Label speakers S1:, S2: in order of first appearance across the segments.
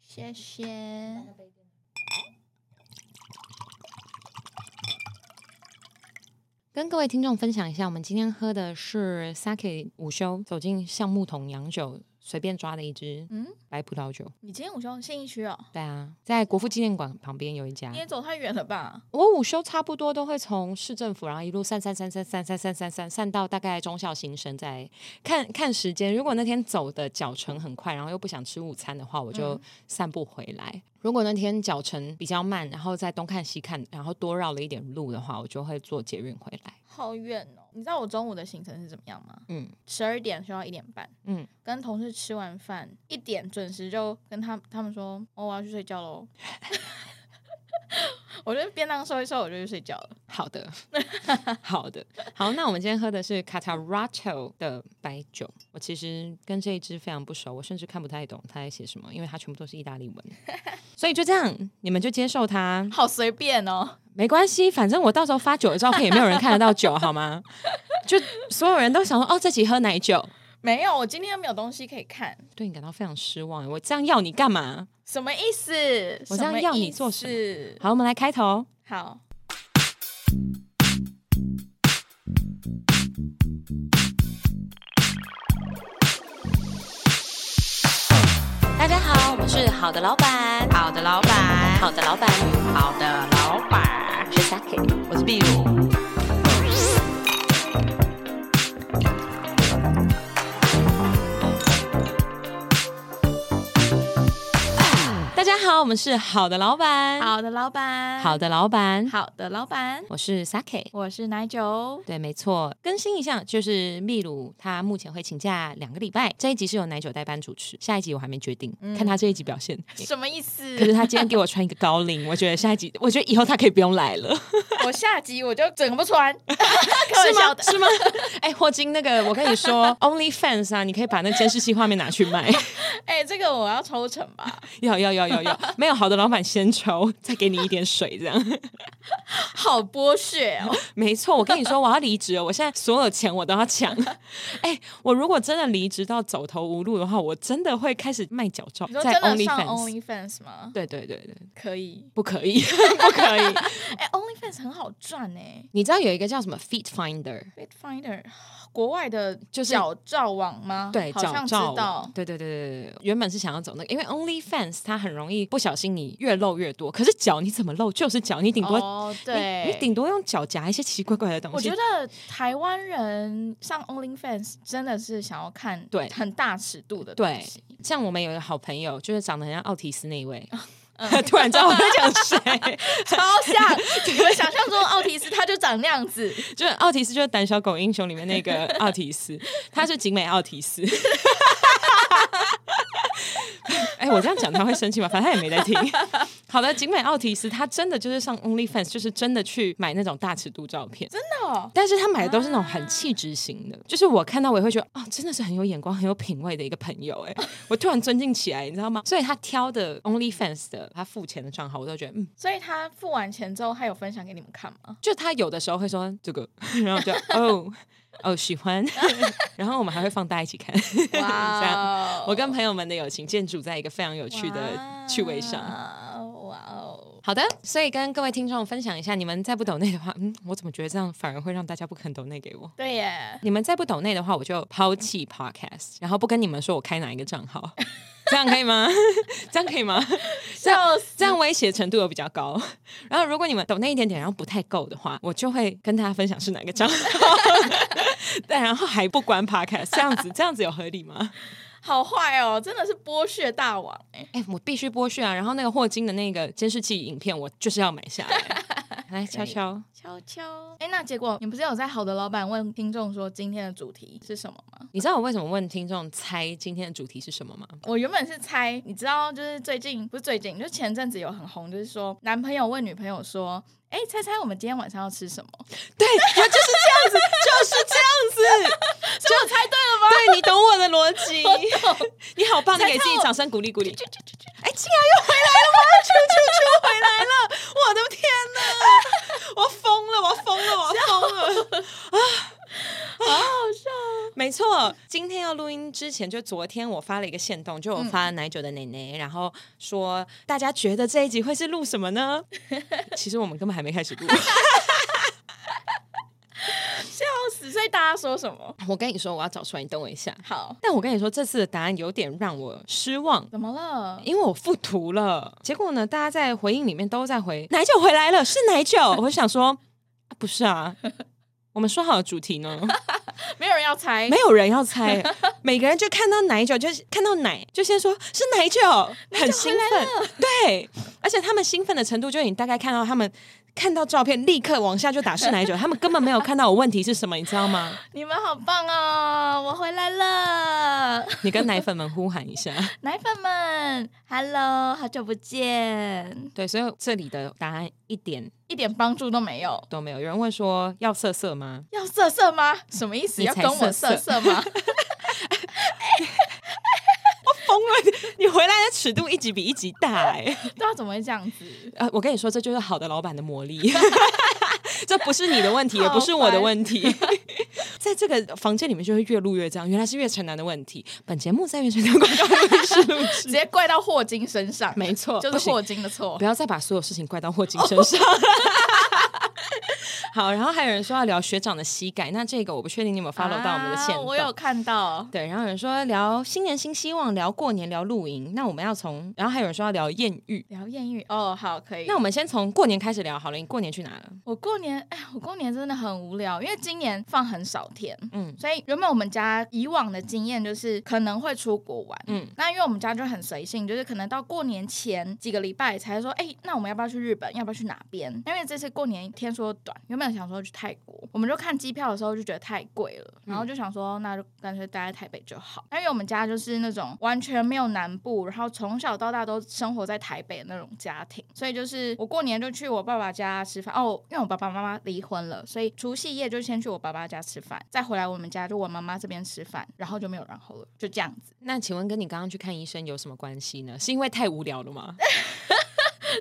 S1: 谢谢。跟各位听众分享一下，我们今天喝的是 Sake 午休走进橡木桶洋酒随便抓的一支
S2: 嗯，
S1: 白葡萄酒。
S2: 你今天午休信义区哦，
S1: 对啊，在国父纪念馆旁边有一家哦
S2: 你。也走太远了吧？
S1: 我午休差不多都会从市政府，然后一路散散散散散散散散散散到大概中校新生，再看看时间。如果那天走的脚程很快，然后又不想吃午餐的话，我就
S2: 嗯
S1: 散步回来。如果那天脚程比较慢，然后再东看西看，然后多绕了一点路的话，我就会坐捷运回来。
S2: 好远哦！你知道我中午的行程是怎么样吗？
S1: 嗯
S2: 十二点休到一点半，
S1: 嗯，
S2: 跟同事吃完饭，一点准时就跟他他们说，哦，我要去睡觉 喽。我就便当收一收，我就去睡觉了。
S1: 好的，好的，好。那我们今天喝的是 Catarato 的白酒。我其实跟这一支非常不熟，我甚至看不太懂它在写什么，因为它全部都是意大利文。所以就这样，你们就接受它，
S2: 好随便哦，
S1: 没关系，反正我到时候发酒的照片也没有人看得到酒，好吗？就所有人都想说，哦，这集喝奶酒，
S2: 没有，我今天没有东西可以看，
S1: 对你感到非常失望。我这样要你干嘛？
S2: 什么意思？
S1: 我这样要你做什
S2: 什
S1: 么
S2: 么意思？
S1: 好，我们来开头。
S2: 好，
S1: 大家好，我们是好的老板，
S3: 好的老板，
S1: 好的老板，
S3: 好的老板，
S1: 我是 Saki。
S3: 我是壁虎。
S1: 大家好，我们是好的老板，
S2: 好的老板，
S1: 好的老板，
S2: 好的老板，
S1: 我是 Saki。
S2: 我是奶酒，
S1: 对，没错，更新一下，就是秘鲁他目前会请假两个礼拜。这一集是由奶酒代班主持，下一集我还没决定，
S2: 嗯
S1: 看他这一集表现。
S2: 什么意思
S1: 可？是他今天给我穿一个高领，我觉得下一集，我觉得以后他可以不用来了，
S2: 我下集我就整个不穿， 开玩
S1: 是
S2: 笑
S1: 吗？
S2: 的。
S1: 是吗？ 哎、霍金，那个我跟你说 ，OnlyFans 啊，你可以把那监视器画面拿去卖，
S2: 哎、这个我要抽成 吧？
S1: 要要要要要，没有好的老板先抽，再给你一点水，这样。
S2: 好剥削哦！
S1: 没错，我跟你说，我要离职了，我现在所有钱我都要抢。哎、我如果真的离职到走投无路的话，我真的会开始卖脚照
S2: 你说
S1: 在
S2: 真的上
S1: OnlyFans。
S2: OnlyFans 吗？
S1: 对对对对，
S2: 可以。
S1: 不可以， 不可以。
S2: 哎、o n l y f a n s 很好赚哎、
S1: 你知道有一个叫什么 Feet Finder，
S2: f i t Finder 国外的
S1: 就是
S2: 脚照网吗？
S1: 对，
S2: 好
S1: 脚
S2: 像知
S1: 照
S2: 道。
S1: 对对对对对对，原本是想要走那个，因为 OnlyFans 它很容易不小心你越露越多，可是脚你怎么露就是脚，你顶多、
S2: 哦，
S1: 你你
S2: 对，
S1: 顶多用脚夹一些奇奇怪怪的东西。
S2: 我觉得台湾人上 OnlyFans 真的是想要看
S1: 对
S2: 很大尺度的东
S1: 对
S2: 西。，
S1: 像我们有一个好朋友，就是长得很像奥提斯那一位。
S2: 嗯
S1: 突然知道我在讲谁，
S2: 超 像你们想象中的奥提斯，他就长那样子，
S1: 就是奥提斯，就是《胆小狗英雄》里面那个奥提斯，他是景美奥提斯。哎、我这样讲他会生气吗？反正他也没在听。好的，景美奥提斯，他真的就是上 OnlyFans，就是真的去买那种大尺度照片，
S2: 真的哦、
S1: 但是他买的都是那种很气质型的，就是我看到我也会觉得，哦，真的是很有眼光、很有品味的一个朋友哎、我突然尊敬起来，你知道吗？所以他挑的 OnlyFans 的他付钱的账号，我都觉得，嗯，
S2: 所以他付完钱之后，他有分享给你们看吗？
S1: 就他有的时候会说这个， 然后我就哦哦喜欢， 然后我们还会放大一起看。 这样
S2: 哇哦
S1: 我跟朋友们的友情建筑在一个非常有趣的趣味上。
S2: 哇哦哇哦，
S1: 好的，所以跟各位听众分享一下，你们再不抖内的话，嗯，我怎么觉得这样反而会让大家不肯抖内给我？
S2: 对耶，
S1: 你们再不抖内的话，我就抛弃 podcast，然后不跟你们说我开哪一个账号，这样可以吗？ 这样可以吗？这样
S2: 笑死
S1: 这样威胁程度又比较高。 然后如果你们抖那一点点，然后不太够的话，我就会跟大家分享是哪个账号。 但然后还不关 podcast，这样 子这样子有合理吗？
S2: 好坏哦，真的是剥削大王哎！
S1: 哎、我必须剥削啊！然后那个霍金的那个监视器影片，我就是要买下来。 来悄悄，
S2: 悄悄哎，那结果你不是有在好的老板问听众说今天的主题是什么吗？
S1: 你知道我为什么问听众猜今天的主题是什么吗？
S2: 我原本是猜，你知道，就是最近不是最近，就前阵子有很红，就是说男朋友问女朋友说。哎，猜猜我们今天晚上要吃什么？
S1: 对，我就是这样子，就是 这样子。
S2: 所以我猜对了吗？
S1: 对你懂 我的逻 辑，你好棒，你给自己掌声鼓励鼓励。哎，竟然又回来了吗？ 啾啾啾回来了！我的天 哪，我疯了，我疯了，我疯了！
S2: 好好笑哦！
S1: 没没错，今天要录音之前，就昨天我发了一个线动，就我发奶酒的奶奶，然后说大家觉得这一集会是录什么 呢？其实我们根本还没开始录。
S2: 死，所以大家说什么？
S1: 我跟你说，我要找出来，你等我一下。
S2: 好，
S1: 但我跟你说，这次的答案有点让我失望。
S2: 怎么了？
S1: 因为我附图了，结果呢，大家在回应里面都在回奶酒回来了，是奶酒。我就想说、啊不是 啊，我们说好的主题呢？
S2: 没有人要 猜，
S1: 没有人要猜，每个人就看到奶酒，就是看到奶，就先说是奶酒，很兴奋。对，而且他们兴奋的程度，就你大概看到他们看到照片，立刻往下就打是奶酒，他们根本没有看到我问题是什么，你知道吗？
S2: 你们好棒哦！我回来了，
S1: 你跟奶粉们呼喊一下。
S2: 奶粉们，Hello，好久不见，
S1: 对，所以这里的答案一点
S2: 一点帮助都没有。
S1: 都没有。有人问说要色色吗？
S2: 要色色吗？什么意思？
S1: 你
S2: 要
S1: 才
S2: 跟我
S1: 色色
S2: 色色吗？
S1: 疯了！你回来的尺度一集比一集大哎、
S2: 对啊，怎么会这样 子？
S1: 呃，我跟你说，这就是好的老板的魔 力。这不是你的问题，也
S2: 好
S1: 不是我的问题。 在这个房间里面就会越录越脏，原来是越城南的问题。本节目在越城南广告 录音室录
S2: 直
S1: 制，
S2: 接怪到霍金身上，
S1: 没错，
S2: 就
S1: 不
S2: 是
S1: 行
S2: 霍金的错
S1: 不。要再把所有事情怪到霍金身上。 好，然后还有人说要聊学长的膝盖，那这个我不确定你有没有 follow 到我们的线、
S2: 啊我有看到。
S1: 对，然后有人说聊新年新希望，聊过年，聊露营。那我们要从，然后还有人说要聊艳遇。
S2: 聊艳遇哦，好，可以。
S1: 那我们先从过年开始聊好了。你过年去哪了？
S2: 我过年，哎，我过年真的很无聊，因为今年放很少天，
S1: 嗯
S2: 嗯，所以原本我们家以往的经验就是可能会出国玩，
S1: 嗯
S2: 嗯，那因为我们家就很随性，就是可能到过年前几个礼拜才说，哎，那我们要不要去日本？要不要去哪边？因为这次过年天说短，原本想说去泰国，我们就看机票的时候就觉得太贵了，然后就想说那就干脆待在台北就好。那因为我们家就是那种完全没有南部，然后从小到大都生活在台北的那种家庭，所以就是我过年就去我爸爸家吃饭。哦，因为我爸爸妈妈离婚了，所以除夕夜就先去我爸爸家吃饭，再回来我们家就我妈妈这边吃饭，然后就没有然后了，就这样子。
S1: 那请问跟你刚刚去看医生有什么关系呢？是因为太无聊了吗？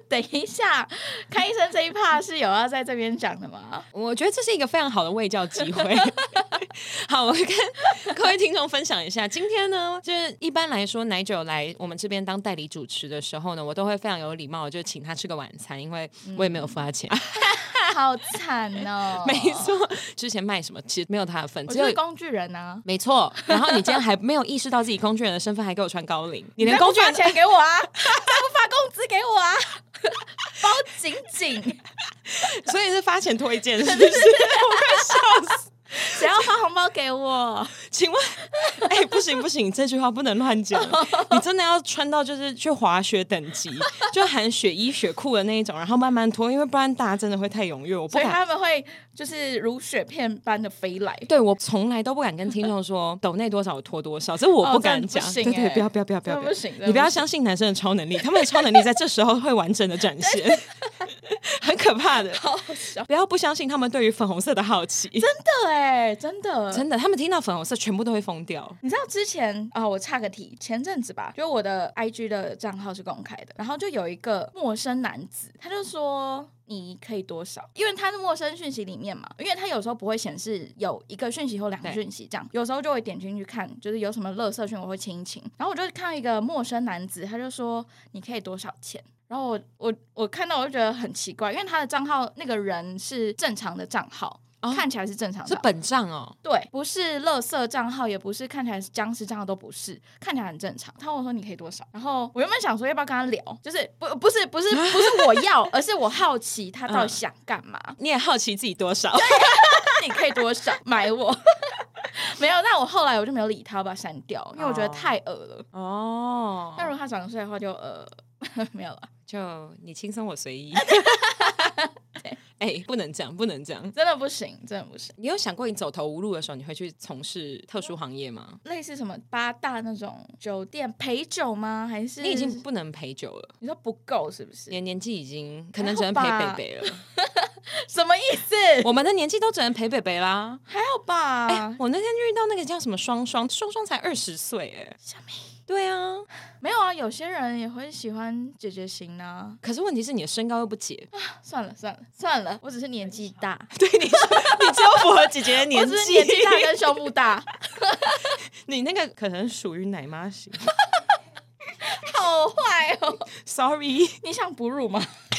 S2: 等一下，看医生这一趴是有要在这边讲的吗？
S1: 我觉得这是一个非常好的卫教机 会。好，我跟各位听众分享一下，今天呢，就是一般来说，奶酒来我们这边当代理主持的时候呢，我都会非常有礼貌，就请他吃个晚餐，因为我也没有付他钱。，
S2: 好惨 哦
S1: 没，错，之前卖什么其实没有他的份，
S2: 我
S1: 只
S2: 就
S1: 有
S2: 是工具人啊。
S1: 没错。然后你今天还没有意识到自己工具人的身份，还给我穿高领，你连
S2: 再不
S1: 工具
S2: 发
S1: 人
S2: 钱给我 啊，再不发工资给 我啊，包紧紧，
S1: 所以是发钱拖一件，是不是？我快笑死。
S2: 谁要发红包给 我？
S1: 请问， 哎、不行不行，这句话不能乱讲。你真的要穿到就是去滑雪等级，就含雪衣雪裤的那一种，然后慢慢脱，因为不然大家真的会太踊跃，我不
S2: 所以
S1: 敢。
S2: 他们会就是如雪片般的飞来。
S1: 对，我从来都不敢跟听众说抖内多少我脱多少，这我
S2: 哦
S1: 不敢
S2: 真的不
S1: 讲。
S2: 行
S1: 对对，
S2: 哎
S1: 不要不要不要不要，
S2: 真的不行真的
S1: 你不要
S2: 不行
S1: 相信男生的超能力，他们的超能力在这时候会完整的展现， 很可怕的。
S2: 好笑，
S1: 不要不相信他们对于粉红色的好奇，真
S2: 真的哎，真的，
S1: 真的，他们听到粉红色全部都会疯掉。
S2: 你知道之前啊、我岔个题，前阵子吧，就我的 IG 的账号是公开的，然后就有一个陌生男子，他就说你可以多少，因为他是陌生讯息里面嘛，因为他有时候不会显示有一个讯息或两个
S1: 对
S2: 讯息这样，有时候就会点进去看，就是有什么垃圾讯我会清一清，然后我就看到一个陌生男子，他就说你可以多少钱。然后我我我看到我就觉得很奇怪，因为他的账号那个人是正常的账号，
S1: 哦
S2: 看起来是正常的
S1: 是
S2: 账号，
S1: 本账哦，
S2: 对，不是垃圾账号，也不是看起来是僵尸账号，都不是，看起来很正常。他问我说你可以多少，然后我原本想说要不要跟他聊，就是不不是不是不是我要，而是我好奇他
S1: 嗯
S2: 到底想干嘛，
S1: 你也好奇自己多少？
S2: 你可以多少买我。 没有，那我后来我就没有理他，我把他删掉，因为我觉得
S1: 哦
S2: 太恶了。
S1: 哦
S2: 那、如果他长得帅的话就，呃 没有了，
S1: 就你轻松我随 意。哎、不能讲，不能讲。
S2: 真的不行，真的不行。
S1: 你有想过你走投无路的时候，你会去从事特殊行业吗？
S2: 类似什么八大那种酒店陪酒吗？还是
S1: 你已经不能陪酒了，
S2: 你说不够是不是
S1: 你？的年纪已经可能只能陪
S2: 还好
S1: 北
S2: 吧
S1: 北了。
S2: 什么意思？
S1: 我们的年纪都只能陪北北啦。
S2: 还好吧？
S1: 哎、我那天遇到那个叫什么双双，双双才二十岁，哎，
S2: 小
S1: 对啊。
S2: 没有啊，有些人也会喜欢姐姐型呢、
S1: 可是问题是你的身高又不 解，
S2: 算了算了算了，我只是年纪大，
S1: 对你，你只有符合姐姐的
S2: 我
S1: 年纪，
S2: 只是年纪大跟胸部大，
S1: 你那个可能属于奶妈 型
S2: 好坏哦！
S1: ，sorry。
S2: 你想哺乳吗？你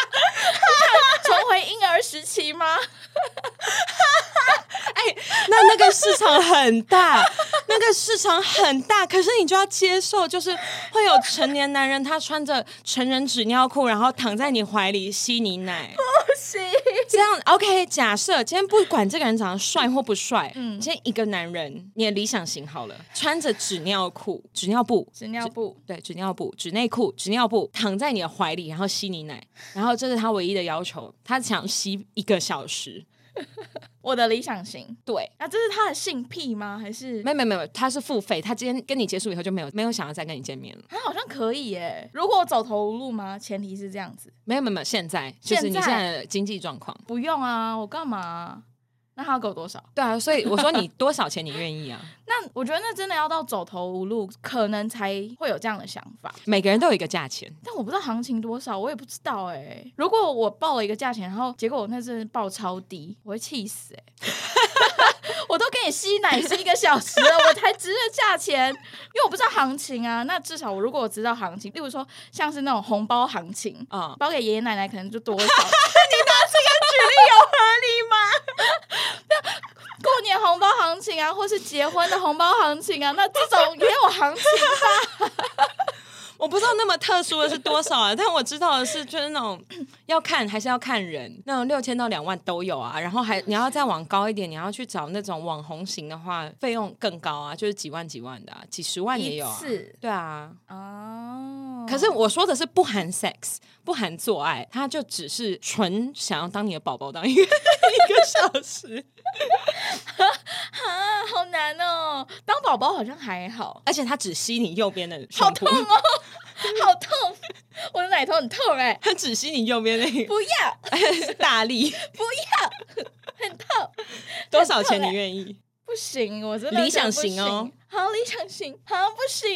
S2: 想重回婴儿时期吗？
S1: 那那个市场很大，那个市场很大，可是你就要接受，就是会有成年男人他穿着成人纸尿裤，然后躺在你怀里吸你奶。
S2: 不行，
S1: 这样 OK，假设今天不管这个人长得帅或不帅，嗯，今天一个男人，你的理想型好了，穿着纸尿裤、纸尿布、
S2: 纸尿布
S1: 对，纸尿布、纸内裤、纸尿布，躺在你的怀里，然后吸你奶，然后这是他唯一的要求，他想吸一个小时。
S2: 我的理想型。
S1: 对，
S2: 啊，这是他的性癖吗？还是
S1: 没有没有没有，他是付费，他今天跟你结束以后就没有没有想要再跟你见面了。
S2: 他好像可以耶？如果我走投无路吗？前提是这样子，
S1: 没有没有没有，现在就是你
S2: 现在
S1: 现在的经济状况。
S2: 不用啊，我干嘛啊、那他要给我多少？
S1: 对啊，所以我说你多少钱你愿意啊？
S2: 那我觉得那真的要到走投无路，可能才会有这样的想法。
S1: 每个人都有一个价钱。
S2: 但我不知道行情多少，我也不知道哎、如果我报了一个价钱，然后结果我那真的报超低，我会气死哎、 我都给你吸奶是一个小时了，我才值这价钱，因为我不知道行情啊。那至少我如果我知道行情，例如说像是那种红包行情，
S1: 啊、
S2: 包给爷爷奶奶可能就多 少。你拿这个举例有合理吗？ 那过年红包行情啊，或是结婚的红包行情啊，那这种也有行情
S1: 我不知道那么特殊的是多少啊，但我知道的是，就是那种要看还是要看人，那种六千到两万都有啊。然后还你要再往高一点，你要去找那种网红型的话，费用更高啊，就是几万几万的、啊，几十万也有、啊。
S2: 一次
S1: 对啊，
S2: 哦。
S1: 可是我说的是不含 sex，不含做爱，他就只是纯想要当你的宝宝，当一个 一个小时。
S2: 啊，好难哦！当宝宝好像还好，
S1: 而且他只吸你右边的胸
S2: 好
S1: 部
S2: 痛，哦， 好痛！我的奶头很痛哎、
S1: 他只吸你右边那 个，
S2: 不要，
S1: 是大力。
S2: 很痛，
S1: 多少钱你愿意？
S2: 不行，我真的
S1: 理想
S2: 觉得不
S1: 型哦
S2: 行，好理想型，好不行，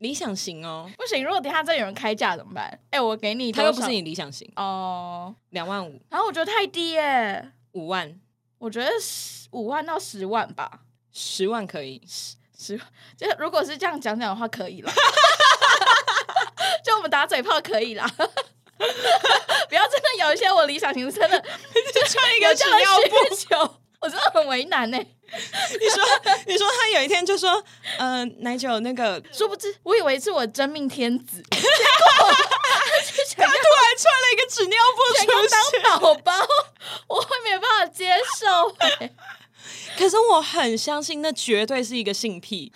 S1: 理想型哦，
S2: 不行！如果等一下真有人开价怎么办？哎、我给你多
S1: 他
S2: 少，
S1: 又不是你理想型，
S2: 哦，
S1: 两万五。
S2: 然后我觉得太低耶、
S1: 五万、
S2: 我觉得十五万到十万吧，
S1: 十万可 以，
S2: 十就是如果是这样讲讲的话，可以了。 就我们打嘴炮可以啦， 不要真的有一些我理想型是真的
S1: 就穿一
S2: 有
S1: 个
S2: 这
S1: 纸
S2: 样
S1: 尿布。
S2: 的需求， 我真的很为难欸呢、
S1: 你说，你说他有一天就说，嗯、奶酒那 个，他
S2: 殊不知，我以为是我真命天子， 结果他是想
S1: 突然穿了一个纸尿布
S2: 要
S1: 出现。
S2: 当宝宝，我会没办法接受、 欸。
S1: 可是我很相信，那绝对是一个性癖。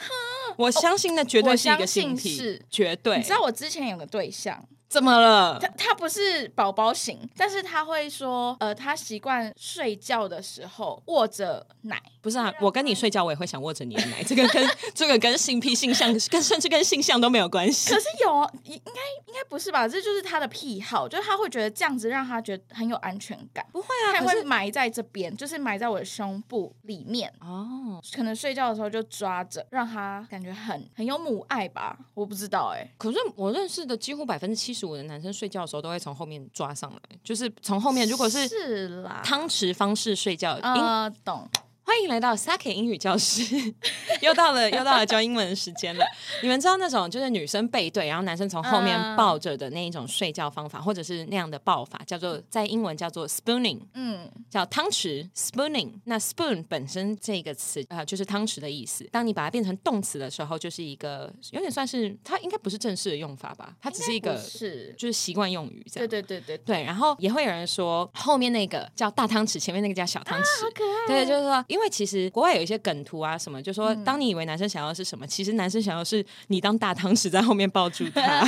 S1: 我相哦信那绝对是一个性
S2: 我相信
S1: 癖
S2: 是，
S1: 绝对
S2: 你知。道我之前有个对象，
S1: 怎么了
S2: 他？他不是宝宝型，但是他会说，呃，他习惯睡觉的时候握着奶，
S1: 不是啊，我跟你睡觉，我也会想握着你的奶。这个跟 这个跟性癖、性向，跟甚至跟性向都没有关系
S2: 可。是有应应该应该不是吧？这就是他的癖好，就是他会觉得这样子让他觉得很有安全感，
S1: 不会
S2: 他
S1: 啊，
S2: 也
S1: 可
S2: 会
S1: 是
S2: 埋在这边，就是埋在我的胸部里面。
S1: 哦，
S2: 可能睡觉的时候就抓着，让他感觉很很有母爱吧，我不知道哎、
S1: 可是我认识的几乎百分之七十五的男生睡觉的时候都会从后面抓上来，就是从后面，如果是啊嗯
S2: 是啦，
S1: 汤匙方式睡觉。英、
S2: 呃懂，
S1: 欢迎来到 Sake 英语教室， 又到 了又到了教英文的时间了。你们知道那种就是女生背对，然后男生从后面
S2: 嗯
S1: 抱着的那一种睡觉方法，或者是那样的抱法，叫做在英文叫做 spooning，
S2: 嗯，
S1: 叫汤匙 spooning。那 spoon 本身这个词啊、呃就是汤匙的意思。当你把它变成动词的时候，就是一个有点算是它应该不是正式的用法吧，它只是一
S2: 不
S1: 个
S2: 是，
S1: 就是习惯用语这
S2: 对
S1: 样。
S2: 对对对，
S1: 对，然后也会有人说后面那个叫大汤匙，前面那个叫小汤匙。
S2: 可爱
S1: 对，就是说，因为其实国外有一些梗图啊，什么，就说当你以为男生想要的是什么，其实男生想要的是你当大汤匙在后面抱住他。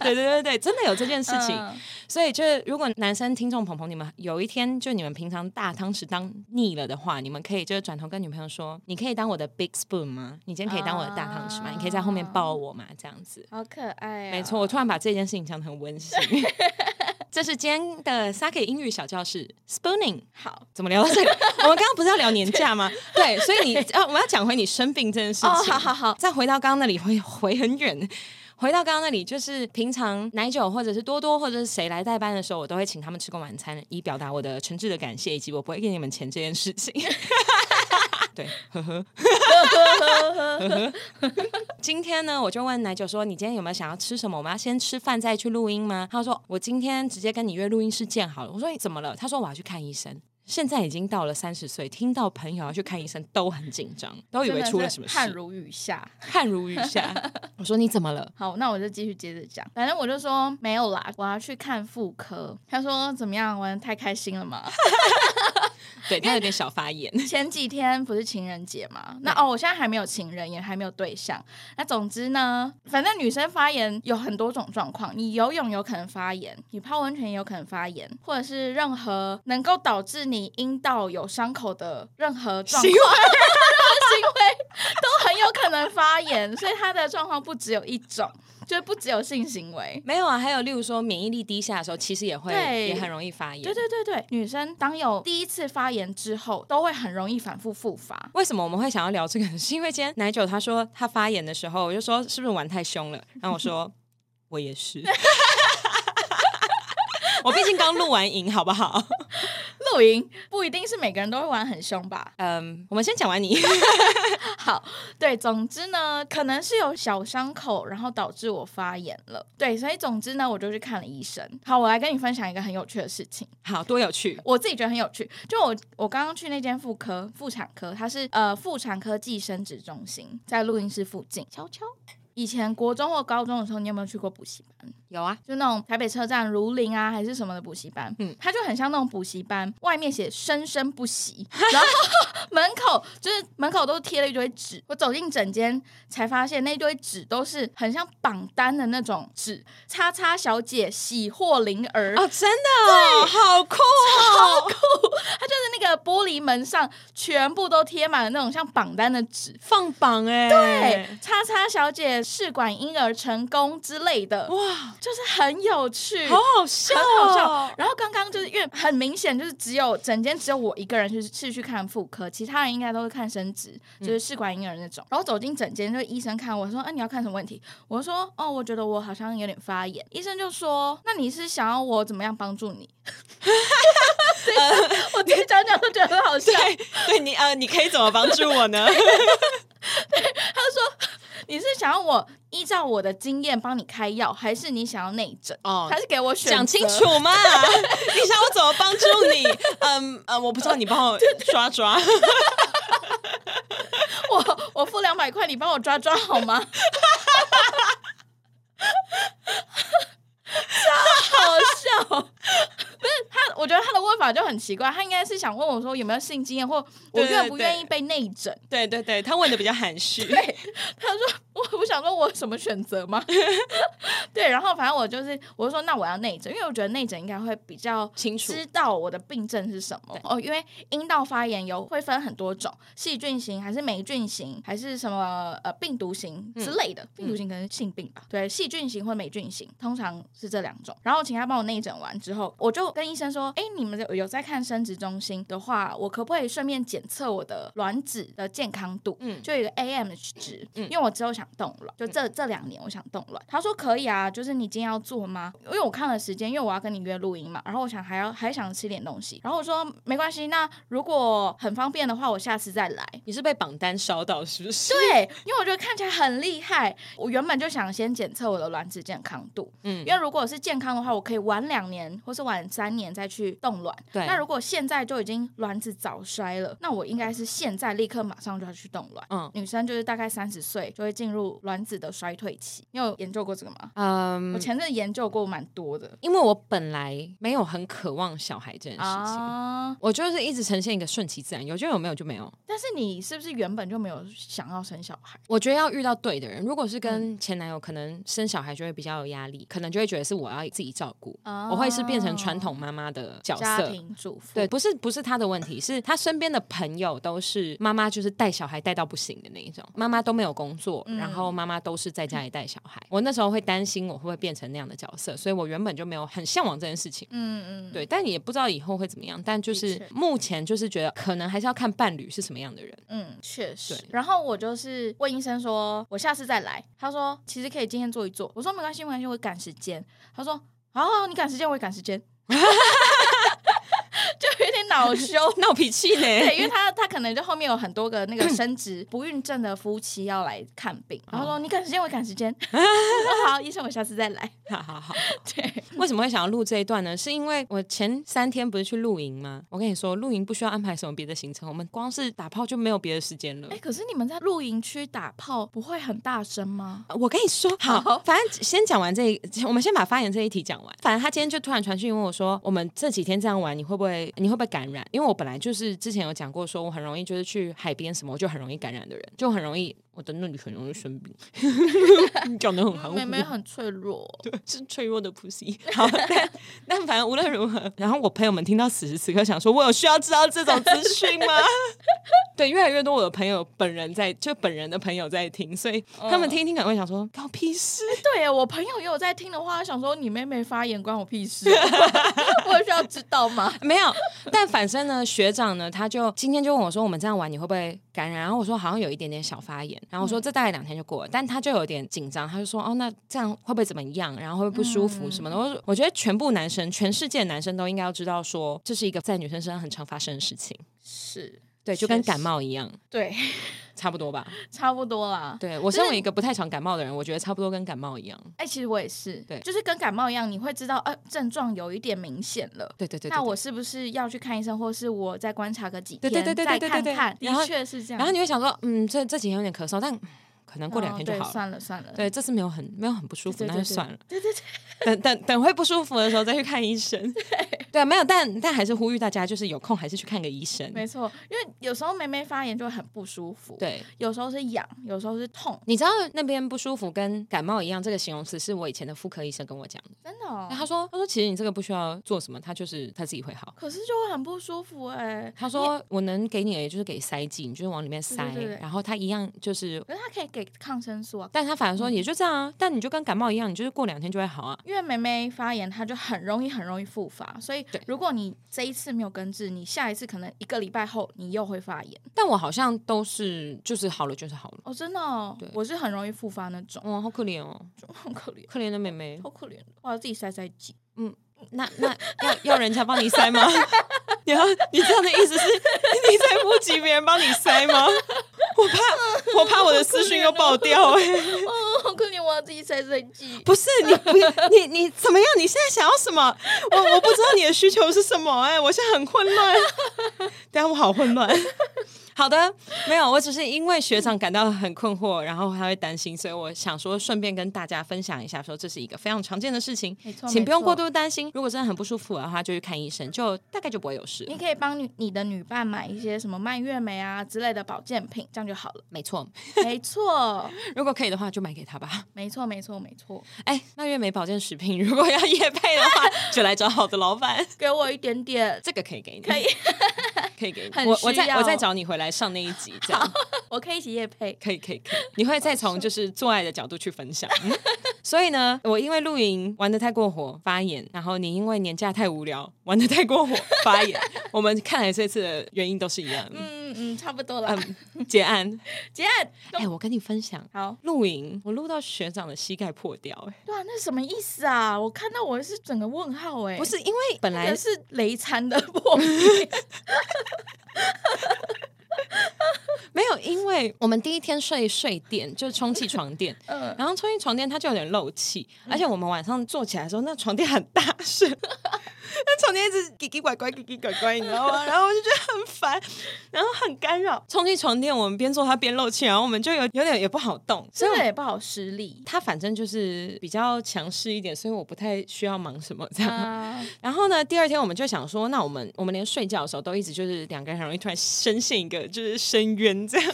S1: 对对对对，真的有这件事情。
S2: 嗯
S1: 所以就是，如果男生听众朋朋，你们有一天就你们平常大汤匙当腻了的话，你们可以就是转头跟女朋友说，你可以当我的 big spoon 吗？你今天可以当我的大汤匙吗？你可以在后面抱我吗？这样子。
S2: 好可爱、
S1: 没错，，我突然把这件事情讲得很温馨。这是今天的 Sake 英语小教室 Spooning。
S2: 好
S1: 怎么聊到这个？ 我们刚刚不是要聊年假 吗？对，所以你啊，我们要讲回你生病这件事情。
S2: 哦，好好好，
S1: 再回到刚刚那里，回回很远。回到刚刚那里，就是平常奶酒或者是多多或者是谁来代班的时候，我都会请他 们吃个晚餐，以表达我的诚挚的感谢，以及我不会给你们钱这件事情。对，呵呵。今天呢，我就问奶酒说：“你今天有没有想要吃什么？我们要先吃饭再去录音吗？”他说：“我今天直接跟你约录音室见好了。”我说：“你怎么了？”他说：“我要去看医生。”现在已经到了三十岁，听到朋友要去看医生都很紧张，都以为出了什么事，
S2: 汗如雨下。
S1: 汗如雨下。 我说：“你怎么了
S2: 好，那我就继续接着讲。反正我就说没有啦，我要去看妇科。他说怎么样？玩的太开心了嘛？？”
S1: 对他有点小发炎。
S2: 前几天不是情人节嘛？那哦，我现在还没有情人，也还没有对象。那总之呢，反正女生发炎有很多种状况，你游泳有可能发炎，你泡温泉也有可能发炎，或者是任何能够导致你阴道有伤口的任何 状
S1: 行
S2: 况
S1: 为。
S2: 行为都很有可能发炎，所以他的状况不只有一种，就是不只有性行为。
S1: 没有啊，还有例如说免疫力低下的时候，其实也会
S2: 对
S1: 也很容易发炎。
S2: 对对对对，女生当有第一次发炎之后，都会很容易反复复发。
S1: 为什么我们会想要聊这个？是因为今天奶酒他说他发言的时候，我就说是不是玩太凶了？然后我 说我也是，我毕竟刚录完影，好不 好？
S2: 露营不一定是每个人都会玩很凶吧？
S1: 嗯，我们先讲完 你，
S2: 好，对，总之呢，可能是有小伤口，然后导致我发炎了。对，所以总之呢，我就去看了医生。好，我来跟你分享一个很有趣的事情。
S1: 好多有趣。
S2: 我自己觉得很有趣。就我我刚刚去那间妇科妇产科，它是呃妇产科暨生殖中心，在录音室附近。悄悄，以前国中或高中的时候，你有没有去过补习班？
S1: 有啊，
S2: 就那种台北车站如林啊，还是什么的补习班，
S1: 嗯
S2: 嗯，它就很像那种补习班，外面写生生不 息，然后门口就是门口都贴了一堆纸。我走进整间才发现，那堆纸都是很像榜单的那种纸，叉叉小姐喜获麟儿
S1: 哦，真的哦，好酷哦，
S2: 它就是那个玻璃门上全部都贴满了那种像榜单的纸，
S1: 放榜哎、
S2: 对，，叉叉小姐试管婴儿成功之类的，
S1: 哇，
S2: 就是很有趣。
S1: 好好笑、哦，
S2: 很好笑，然后刚刚就是因为很明显，就是只有整间只有我一个人去是去看妇科，其他人应该都会看生殖，
S1: 嗯
S2: 就是试管婴儿那种。然后走进整间，就医生看我说：“啊，你要看什么问题？”我说：“哦，我觉得我好像有点发炎。”医生就说：“那你是想要我怎么样帮助你？” 我自己讲讲都觉得很好笑。
S1: 呃对，对你呃，你可以怎么帮助我呢？
S2: 你是想要我依照我的经验帮你开药，还是你想要内诊？
S1: 哦
S2: 他是给我选择
S1: 讲清楚嘛！ 你想我怎么帮助你？嗯呃，我不知道，你帮我抓抓。
S2: 我我付两百块，你帮我抓抓好吗？ 超好笑！ 不是他，我觉得他的问法就很奇怪，他应该是想问我说有没有性经验，或我
S1: 对对
S2: 愿不
S1: 对
S2: 愿意被内诊。
S1: 对对对，他问的比较含蓄。
S2: 对，他说我我想说我有什么选择吗？ 对，然后反正我就是我就说那我要内诊，因为我觉得内诊应该会比较
S1: 清楚
S2: 知道我的病症是什么
S1: 对
S2: 哦，因为阴道发炎有会分很多种，细菌型还是霉菌型，还是什么呃病毒型
S1: 嗯
S2: 之类的，病毒型可能是性病吧，对，细菌型或霉菌型通常是这两种。然后请他帮我内诊完之后，我就跟医生说，哎，你们有有在看生殖中心的话，我可不可以顺便检测我的卵子的健康度？
S1: 嗯
S2: 就有一个 AM 的值，
S1: 嗯
S2: 因为我之后想动卵，就这这两年我想动卵。他说可以啊，就是你今天要做吗？因为我看了时间，因为我要跟你约录音嘛，然后我想还要还想吃点东西，然后我说没关系，那如果很方便的话，我下次再来。
S1: 你是被榜单烧到是不是？
S2: 对，因为我觉得看起来很厉害。我原本就想先检测我的卵子健康度，
S1: 嗯
S2: 因为如果是健康的话，我可以晚两年或是晚三年再去冻卵。
S1: 对
S2: 那如果现在就已经卵子早衰了，那我应该是现在立刻马上就要去冻卵。
S1: 嗯
S2: 女生就是大概三十岁就会进入卵子的衰退期。你有研究过这个吗？我
S1: 嗯，
S2: 前阵研究过蛮多的
S1: 因为我本来没有很渴望小孩这件事情。
S2: 啊，
S1: 我就是一直呈现一个顺其自然，有就有，没有就没有。
S2: 但是你是不是原本就没有想要生小孩？
S1: 我觉得要遇到对的人，如果是跟前男友，可能生小孩就会比较有压力，可能就会觉得是我要自己照顾，我会是变成传统妈妈的角
S2: 家
S1: 色。
S2: 庭主妇，
S1: 对，不是不是他的问题，是他身边的朋友都是妈妈，就是带小孩带到不行的那一种，妈妈都没有工作，然后
S2: 嗯
S1: 妈妈都是在家里带小孩。我那时候会担心我会不会变成那样的角色，所以我原本就没有很向往这件事情。
S2: 嗯嗯，
S1: 对，但也不知道以后会怎么样。但就
S2: 的
S1: 是
S2: 确
S1: 目前就是觉得可能还是要看伴侣是什么样的人。
S2: 嗯，确实
S1: 对。
S2: 然后我就是问医生说，我下次再来。他说其实可以今天做一做。我说没关系，没关系，我赶时哦 间。他说好好，好你赶时间，我也赶时间。就有点恼恼羞。
S1: 闹脾气呢？
S2: 对，因为他他可能就后面有很多个那个升职不孕症的夫妻要来看病，然后说你赶时间，我赶时间。我说好，医生，我下次再来。
S1: 好好好，
S2: 对，
S1: 为什么会想要录这一段呢？是因为我前三天不是去露营吗？我跟你说，露营不需要安排什么别的行程，我们光是打炮就没有别的时间了
S2: 哎、。可是你们在露营区打炮不会很大声吗？
S1: 我跟你说，好，
S2: 好
S1: 反正先讲完这一，我们先把发言这一题讲完。反正他今天就突然传讯问我说，我们这几天这样玩，你会不会你会不会感染？因为我本来就是之前有讲过，说我很容易就是去海边什么，我就很容易感染的人，就很容易我的那里很容易生病。 你讲的很含糊，
S2: 妹妹很脆弱，
S1: 是脆弱的 pussy。好，但但反正无论如何，然后我朋友们听到此时此刻想说，我有需要知道这种资讯吗？ 对，越来越多我的朋友本人在，就本人的朋友在听，所以他们听一听可能会想说，搞屁事。
S2: 对耶，我朋友也有在听的话，他想说你妹妹发言关我屁事，哦 我有需要知道 吗？
S1: 没有，但反正呢，学长呢，他就今天就问我说，我们这样玩你会不会感染？然后我说好像有一点点小发炎，然后我说这大概两天就过了，但他就有点紧张，他就说哦，那这样会不会怎么样？然后会不会不舒服什么的？我说我觉得全部男生，全世界的男生都应该要知道说，这是一个在女生身上很常发生的事情，
S2: 是，
S1: 对，就跟感冒一样，
S2: 对，
S1: 差不多吧？
S2: 差不多啦。
S1: 对我身为一个不太常感冒的人，我觉得差不多跟感冒一样。
S2: 哎、其实我也是，
S1: 对
S2: 就是跟感冒一样，你会知道，呃，症状有一点明显了。
S1: 对对对对
S2: 那我是不是要去看医生，或是我再观察个几
S1: 对
S2: 天，
S1: 对对对对
S2: 再
S1: 对
S2: 看
S1: 对
S2: 看？
S1: 然后
S2: 的确是这样。
S1: 然后你会想说，嗯，这这几天有点咳嗽，但嗯可能过两
S2: 哦
S1: 天就
S2: 对
S1: 好了。
S2: 算了算了。
S1: 对，这次没有很没有很不舒服，
S2: 对对
S1: 那
S2: 对
S1: 就
S2: 对
S1: 算了。
S2: 对对对，
S1: 等等等会不舒服的时候再去看医生。 对，没有，但但还是呼吁大家，就是有空还是去看个医生。
S2: 没错，因为有时候梅梅发炎就会很不舒服，，
S1: 对，
S2: 有时候是痒，有时候是痛，
S1: 你知道那边不舒服跟感冒一样，这个形容词是我以前的妇科医生跟我讲的。
S2: 真的、哦。
S1: 他说，他说其实你这个不需要做什么，他就是他自己会好。
S2: 可是就会很不舒服哎、
S1: 他说我能给你的也就是给塞剂，你就是往里面塞，
S2: 对对对
S1: 然后他一样就是。
S2: 可是他可以给抗生素啊，
S1: 但他反而说也就这样啊，但你就跟感冒一样，你就是过两天就会好啊。
S2: 因为梅梅发炎，它就很容易很容易复发，所以
S1: 对
S2: 如果你这一次没有根治，你下一次可能一个礼拜后你又会发炎
S1: 但我好像都是就是好了就是好了，
S2: 哦，真的、哦
S1: 对，
S2: 我是很容易复发那种，
S1: 哇，好可怜哦，
S2: 好可怜，
S1: 可怜的妹妹。
S2: 好可怜，哦我要自己塞塞剂，
S1: 那那要要人家帮你塞吗？ 你要你这样的意思是 你在不及别人帮你塞吗？我怕我怕我的私讯又爆掉哎、
S2: 哦，好可怜，我要自己塞塞剂，
S1: 不是你不 你你怎么样？你现在想要什么？我我不知道你的需求是什么哎、我现在很混乱。等一下我好混乱。好的，没有，我只是因为学长感到很困惑，然后他会担心，所以我想说顺便跟大家分享一下，说这是一个非常常见的事情
S2: 没，错
S1: 请不用
S2: 没错
S1: 过度担心。如果真的很不舒服的话，就去看医生，就大概就不会有事了
S2: 你。可以帮你你的女伴买一些什么蔓越莓啊之类的保健品，这样就好了。
S1: 没错，
S2: 没错，
S1: 如果可以的话，就买给他吧。
S2: 没错，没错，没错，
S1: 哎，蔓越莓保健食品，如果要夜配的话，就来找好的老板，
S2: 给我一点点，
S1: 这个可以给你，
S2: 可以，
S1: 可以 给你。
S2: 很
S1: 我我
S2: 需
S1: 再我再
S2: 要
S1: 找你回来上那一 集，这样
S2: 我可以一起夜配。
S1: 可以可以可以，你会再从就是做爱的角度去分享。 嗯所以呢，我因为露营玩的太过火发炎，然后你因为年假太无聊玩的太过火发炎，我们看来这次的原因都是一样。
S2: 嗯嗯，差不多了。
S1: 嗯，结 案。
S2: 结案。
S1: 哎、我跟你分享。
S2: 好，
S1: 露营，我露到学长的膝盖破掉、哎，
S2: 对啊，那是什么意思啊？我看到我是整个问号哎、
S1: 不是因为本来
S2: 也是雷残的 破灭。
S1: 没有，因为我们第一天睡睡垫，就是充气床 垫，
S2: 嗯
S1: 然后充气床垫它就有点漏气，而且我们晚上坐起来的时候，那床垫很大声， 那床垫一直叽叽拐拐、叽叽拐拐，你知道吗？然后我就觉得很烦，然后很干扰。充气床垫我们边坐它边漏气，然后我们就有有点也不好动，所以
S2: 真
S1: 我
S2: 的
S1: 们。
S2: 也不好 施力
S1: 它反正就是比较强势一点，所以我不太需要忙什么这样。
S2: 啊。
S1: 然后呢，第二天我们就想说，那我们我们连睡觉的时候都一直就是两个人很容易突然深陷一个就是深渊这 样，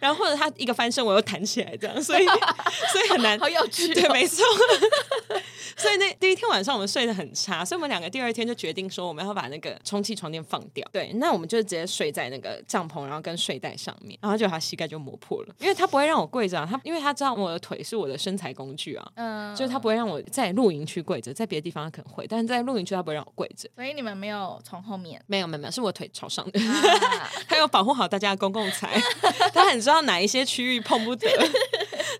S1: 然后或者他一个翻身我又弹起来这样， 所以所以很难
S2: 好。有趣、
S1: 对，
S2: 哦，
S1: 没错。 所以那第一天晚上我们睡得很差，所以我们两个第二天就决定说我们要把那个充气床垫放掉。对，那我们就直接睡在那个帐篷，然后跟睡袋上面，然后就他膝盖就磨破了，因为他不会让我跪着、啊，他因为他知道我的腿是我的身材工具啊，
S2: 嗯，
S1: 就是他不会让我在露营区跪着，在别的地方他可能会，但是在露营区他不会让我跪着。
S2: 所以你们没有从后面。
S1: 没有没有没有，是我腿朝上的，
S2: 啊
S1: 他有保护好大家的公共财， 他很知道哪一些区域碰不得，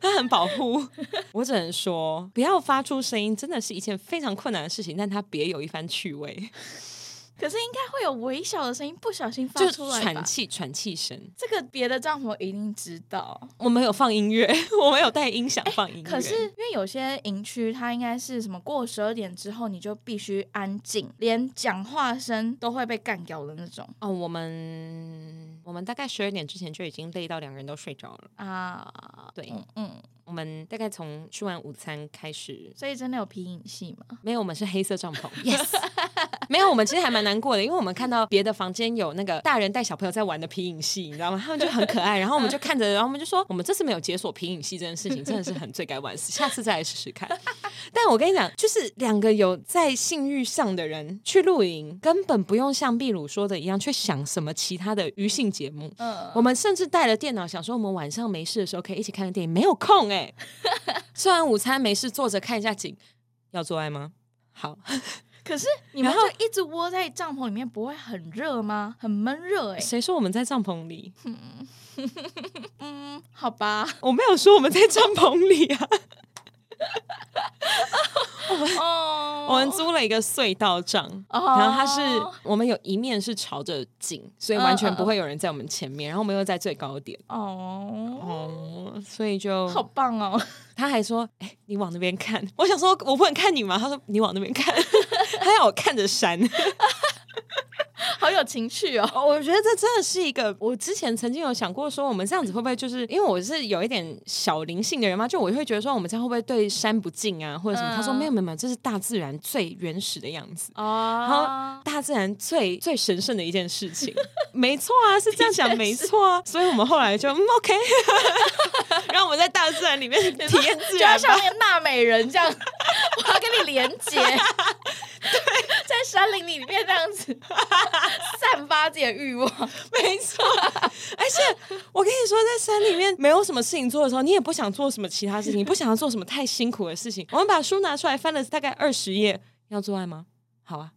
S1: 他很保护。 我只能说，不要发出声音，真的是一件非常困难的事情，但他别有一番趣味。
S2: 可是应该会有微小的声音不小心发
S1: 就
S2: 出来吧
S1: 喘？气喘气声。
S2: 这个别的帐篷一定知道。
S1: 我们有放音乐，我们有带音响放音乐。
S2: 可是因为有些营区，它应该是什么过十二点之后你就必须安静，连讲话声都会被干掉的那种
S1: 哦，我们我们大概十二点之前就已经累到两个人都睡着了。
S2: 啊。
S1: 对，
S2: 嗯嗯，
S1: 我们大概从吃完午餐开始，
S2: 所以真的有皮影戏吗？
S1: 没有，我们是黑色帐篷。Yes，没有，我们其实还蛮难过的，因为我们看到别的房间有那个大人带小朋友在玩的皮影戏，你知道吗？他们就很可爱，然后我们就看着，然 后我们就说，我们这次没有解锁皮影戏这件事情，真的是很 罪该万死，下次再来试试看。但我跟你讲，就是两个有在性欲上的人去露营，根本不用像秘鲁说的一样去想什么其他的娱性节目。
S2: 嗯，
S1: 我们甚至带了电脑，想说我们晚上没事的时候可以一起看个电影，没有空哎、吃完午餐没事坐着看一下景，要做爱吗？好，
S2: 可是你们
S1: 然后
S2: 就一直窝在帐篷里面，不会很热吗？很闷热哎、
S1: 谁说我们在帐篷里？
S2: 嗯，好吧。
S1: 我没有说我们在帐篷里啊，
S2: 哦，
S1: 我们租了一个隧道帐。
S2: 哦，嗯
S1: 然后它是我们有一面是朝着景，所以完全不会有人在我们前面。然后我们又在最高点，
S2: 哦，
S1: 哦，所以就
S2: 好棒哦。
S1: 他还说：“哎、你往那边看。”我想说：“我不能看你吗？”他说：“你往那边看。”他要我看着山。
S2: 好有情趣哦。
S1: 我觉得这真的是一个，我之前曾经有想过说，我们这样子会不会就是因为我是有一点小灵性的人嘛，就我会觉得说我们这样会不会对山不敬啊，或者什么？
S2: 嗯
S1: 他说没有没有没有，这是大自然最原始的样子。
S2: 哦，
S1: 大自然最最神圣的一件事 情，没错啊，是这样讲，没错啊。所以我们后来就嗯 OK，让我们在大自然里 面体验自
S2: 就在
S1: 然吧
S2: 上。面纳美 人这样，我要跟你连接，对，在山林里面这样子散发自己的欲望，
S1: 没错，而且我跟你说，在山里面没有什么事情做的时候，你也不想做什么其他事情，不想要做什么太辛苦的事情。我们把书拿出来翻了大概二十页，要做爱吗？好啊。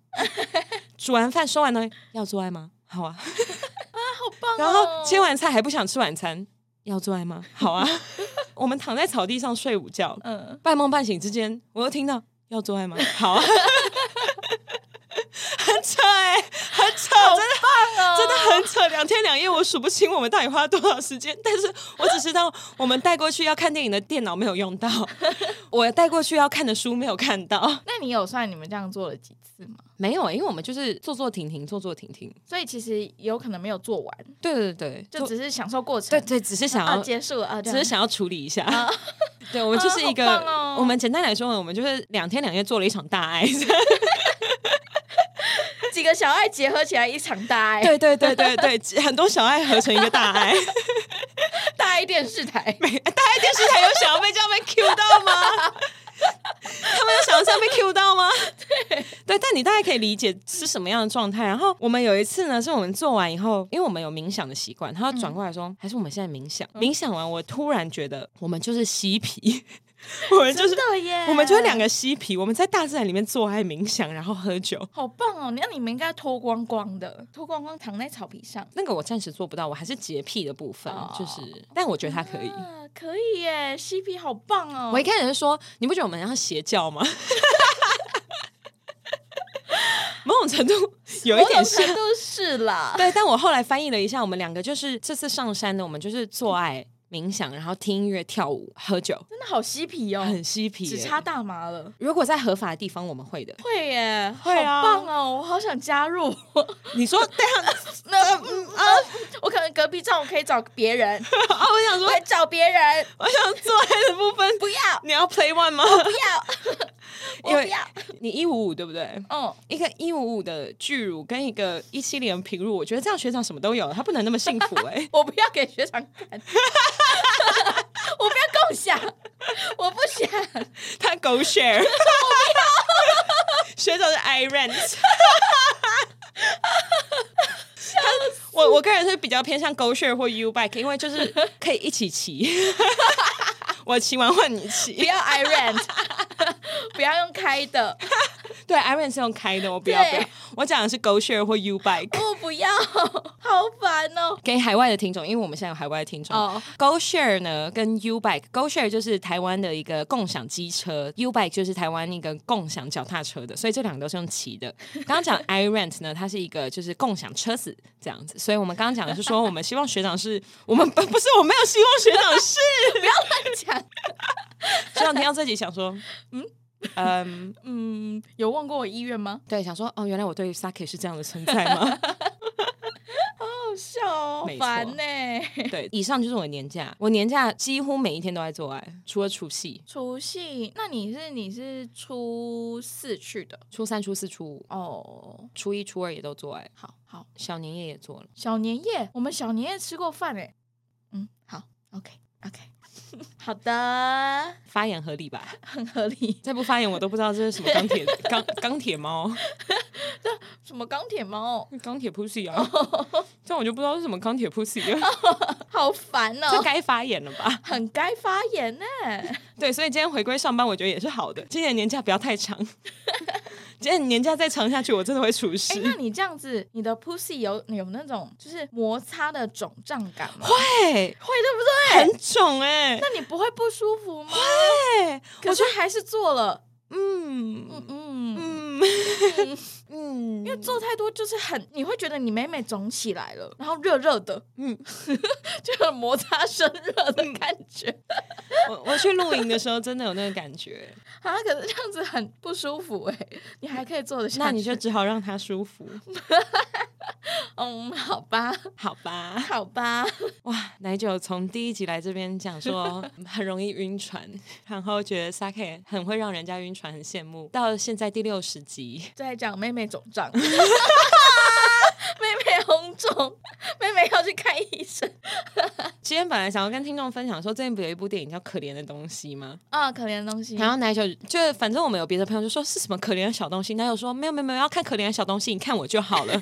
S1: 煮完饭收完东西，要做爱吗？好啊。
S2: 好棒、哦！
S1: 然后切完菜还不想吃晚餐，要做爱吗？好啊。我们躺在草地上睡午觉，
S2: 嗯，
S1: 半梦半醒之间，我又听到要做爱吗？好啊。很扯哎、很扯，真的
S2: 棒哦，
S1: 真的很扯，两天两夜我数不清我们到底花了多少时间，但是我只知道我们带过去要看电影的电脑没有用 到，我带过去要看的书没有看到，
S2: 那你有算你们这样做了几次吗？
S1: 没有、因为我们就是坐坐停停，坐坐停停，
S2: 所以其实有可能没有做完，
S1: 对对对，
S2: 就只是享受过程。
S1: 对对，只是想
S2: 啊，
S1: 要。
S2: 结束了啊，
S1: 只
S2: 这样啊
S1: 是想要处理一下， 对我们就是一个，
S2: 啊好棒哦
S1: 我们简单来说，我们就是两天两夜做了一场大 爱，
S2: 几个小爱结合起来一场大 爱，
S1: 对对对对对，很多小爱合成一个大爱。
S2: 大爱电视台。
S1: 电视台有想要被这样被 Q 到吗？他们有想要这样被 Q 到吗？对，但你大概可以理解是什么样的状态。然后我们有一次呢，是我们做完以后，因为我们有冥想的习惯，他就转过来说，还是我们现在冥想。冥想完，我突然觉得我们就是嬉 皮，我们就是
S2: 真。的耶！
S1: 我们就是两个嬉皮，我们在大自然里面做爱、冥想，然后喝酒。
S2: 好棒哦！那你们应该脱光光的，脱光光躺在草皮上。
S1: 那个我暂时做不到，我还是洁癖的部分，
S2: 哦
S1: 就是，但我觉得他可以。
S2: 啊，可以耶！嬉皮好棒哦！
S1: 我一开始就说，你不觉得我们像邪教吗？ 某种 程度有一点像
S2: 某种，程度是啦。
S1: 对。但我后来翻译了一下，我们两个就是这次上山呢，我们就是做爱、冥想，然后听音乐、跳舞、喝酒，
S2: 真的好嬉皮哦，
S1: 很嬉皮耶。
S2: 只差大麻了。
S1: 嗯如果在合法的地方，我们会的。
S2: 会耶，
S1: 会啊嗯
S2: 好棒哦！我好想加 入。
S1: 你说对啊？
S2: 那嗯啊，我可能隔壁站我可以找 别人，
S1: 啊，我想说
S2: 我，可以找别人，
S1: 我想做爱的部 分，
S2: 不要
S1: 你要 play one 吗？
S2: 不要，
S1: 因
S2: 我
S1: 为
S2: 不要。
S1: 你一五五对不对？
S2: 嗯，
S1: 一个一五五的巨乳跟一个一七零的平乳，我觉得这样学长什么都有，他不能那么幸福哎、
S2: 我不要给学长看， 我不要共享，我不想。
S1: 他狗血儿，学长是 I rent。我我个人是比较偏向 Go Share 或 U Bike，因为就是 可以一起骑，我骑完换你
S2: 不
S1: 骑。
S2: 要 I rent， 不要用开的，
S1: 对，Iron 是用开的，我不要不
S2: 对
S1: 要，我讲的是 GoShare 或 U Bike。
S2: 我不要，好烦哦。
S1: 给海外的听众，因为我们现在有海外的听众、
S2: 哦，
S1: GoShare 呢跟 U Bike，GoShare 就是台湾的一个共享机车，U Bike 就是台湾一个共享脚踏车的，所以这两个都是用骑的。刚刚 讲 iRent 呢，它是一个就是共享车子这样子，所以我们刚刚讲的是说，我们希望学长是，我们不不是我没有希望学长 是，
S2: 讲
S1: 学长听到这集想说，嗯嗯
S2: 嗯，有问过我意愿吗？
S1: 对，想说哦，原来我对 Saki 是这样的存在吗？
S2: 好笑哦，
S1: 没错
S2: 烦呢、
S1: 对，以上就是我的年假，我年假几乎每一天都在做爱，除了除夕，
S2: 除夕，那你是你是初四去的
S1: 初三、初四、初五，
S2: 哦？
S1: 初一、初二也都做爱，
S2: 好好，
S1: 小年夜也做了。
S2: 小年夜，我们小年夜吃过饭哎、嗯，好，OK OK，好的，
S1: 发言合理吧？
S2: 很合理。
S1: 再不发言，我都不知道这是什么 钢铁钢钢铁猫、
S2: 什么钢铁猫，
S1: 钢铁 pussy 啊，这样我就不知道是什么钢铁 pussy 了，
S2: 好烦
S1: 这
S2: 哦，
S1: 该发言了吧？
S2: 很该发言呢、
S1: 对，所以今天回归上班，我觉得也是好的。今年年假不要太 长，今年年假再长下去，我真的会出
S2: 哎、
S1: 事。
S2: 那你这样子，你的 pussy 有有那种就是摩擦的肿胀感吗？
S1: 对，
S2: 会对不对？
S1: 很肿哎、
S2: 那你不会不舒服吗？
S1: 对，
S2: 可是还是做了，
S1: 嗯
S2: 嗯嗯，
S1: 嗯嗯，
S2: 因为做太多就是很，你会觉得你每每肿起来了，然后热热的，
S1: 嗯
S2: 嗯， 就很摩擦生热的感觉
S1: 我我去露营的时候真的有那个感觉，
S2: 啊。可是这样子很不舒服哎、你还可以做得下去？
S1: 那你就只好让它舒服，
S2: 嗯，好吧，
S1: 好吧？
S2: 好吧，
S1: 哇，奶酒从第一集来这边讲说很容易晕船，然后觉得 Sake 很会让人家晕船，很羡慕。到现在第六十集，
S2: 再讲妹妹肿 胀。妹妹红肿，妹妹要去看医生
S1: 今天本来想要跟听众分享说，最近不有一部电影叫《可怜的东西》吗？
S2: 啊、可怜的东西。
S1: 然后奶酒就反正我们有别的朋友就说是什么可怜的小东西，奶酒说没有没有没有要看可怜的小东西，你看我就好 了。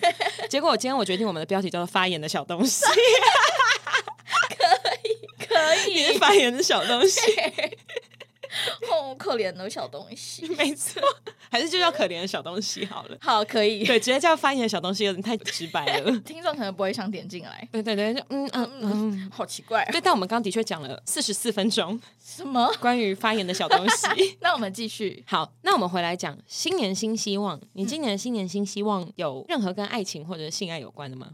S1: 结果我今天我决定我们的标题叫做“发炎的小东西”，
S2: 可
S1: 你是
S2: 以，
S1: 发炎的小东西。
S2: 哦，可怜的小东西。
S1: 没错，还是就叫可怜的小东西好了。
S2: 好，可以。。
S1: 对，直接叫发言的小东西有点太直白了
S2: 听众可能不会想点进 来，
S1: 对对对，就嗯嗯嗯。
S2: 好奇怪、
S1: 对，但我们刚刚的确讲了四十四分钟
S2: 什么？。
S1: 关于发言的小东西
S2: 那我们继续。
S1: 好，那我们回来讲新年新希望。
S2: 嗯
S1: 你今年的新年新希望有任何跟爱情或者性爱有关的吗？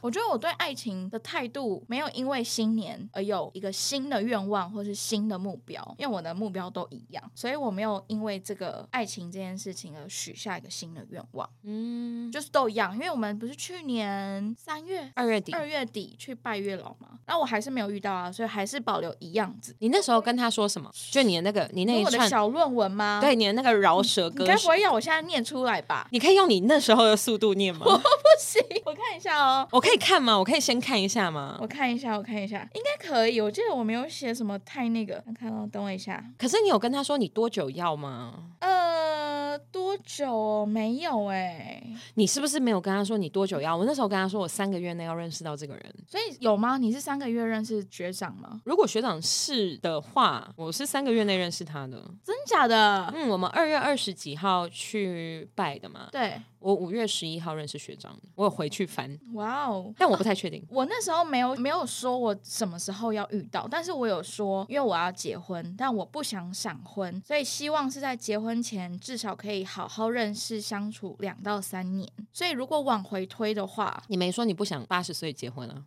S2: 我觉得我对爱情的态度没有因为新年而有一个新的愿望或是新的目标，因为我的目标都一样，所以我没有因为这个爱情这件事情而许下一个新的愿望，
S1: 嗯，就
S2: 就是都一样。因为我们不是去年三月。
S1: 二月底。
S2: 二月底去拜月老嘛，然后我还是没有遇到啊，所以还是保留一样子。
S1: 你那时候跟他说什么？就你的那个，你那一
S2: 我的
S1: 串，
S2: 小论文吗？，
S1: 对你的那个饶舌
S2: 你
S1: 歌
S2: 该
S1: 是
S2: 不会要我现在念出来吧？
S1: 你可以用你那时候的速度念吗？
S2: 不行，我看一下哦。
S1: 我可以看吗？我可以先看一下吗？
S2: 我看一下，我看一下，应该可以。我记得我没有写什么太那个，看看哦，等我一下。
S1: 可是你有跟他说你多久要吗？
S2: 呃，多久、哦？没有哎、
S1: 你是不是没有跟他说你多久要？我那时候跟他说我三个月内要认识到这个人。
S2: 所以有吗？你是三个月认识学长吗？
S1: 如果学长是的话，我是三个月内认识他的。
S2: 真假的？
S1: 嗯，我们二月二十几号去拜的嘛，
S2: 对，
S1: 我五月十一号认识学长，我有回去翻，
S2: 哇哦。
S1: 但我不太确定。
S2: 我那时候没有没有说我什么时候要遇到，但是我有说，因为我要结婚，但我不想闪婚，所以希望是在结婚前至少可以好好认识相处两到三年。所以如果往回推的话，
S1: 你没说你不想八十岁结婚啊？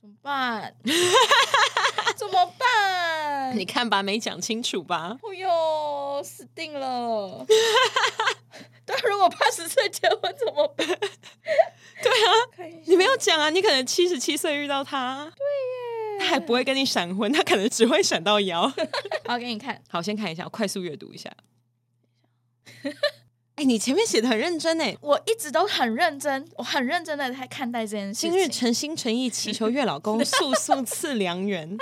S2: 怎么办？ 怎么办
S1: 你？看吧，没讲清楚吧？
S2: 哎呦，死定了！ 对，啊如果八十岁结婚怎么办？对啊，看一下
S1: 你没有讲啊，你可能七十七岁遇到他，对耶，他还不会跟你闪婚，他可能只会闪到腰。
S2: 好给你看，
S1: 好，先看一下，我快速阅读一下。 哎、你前面写的很认真哎。
S2: 我一直都很认真，我很认真的在看待这件事
S1: 今日
S2: 情，
S1: 诚心诚意祈求月老 公速速赐良缘。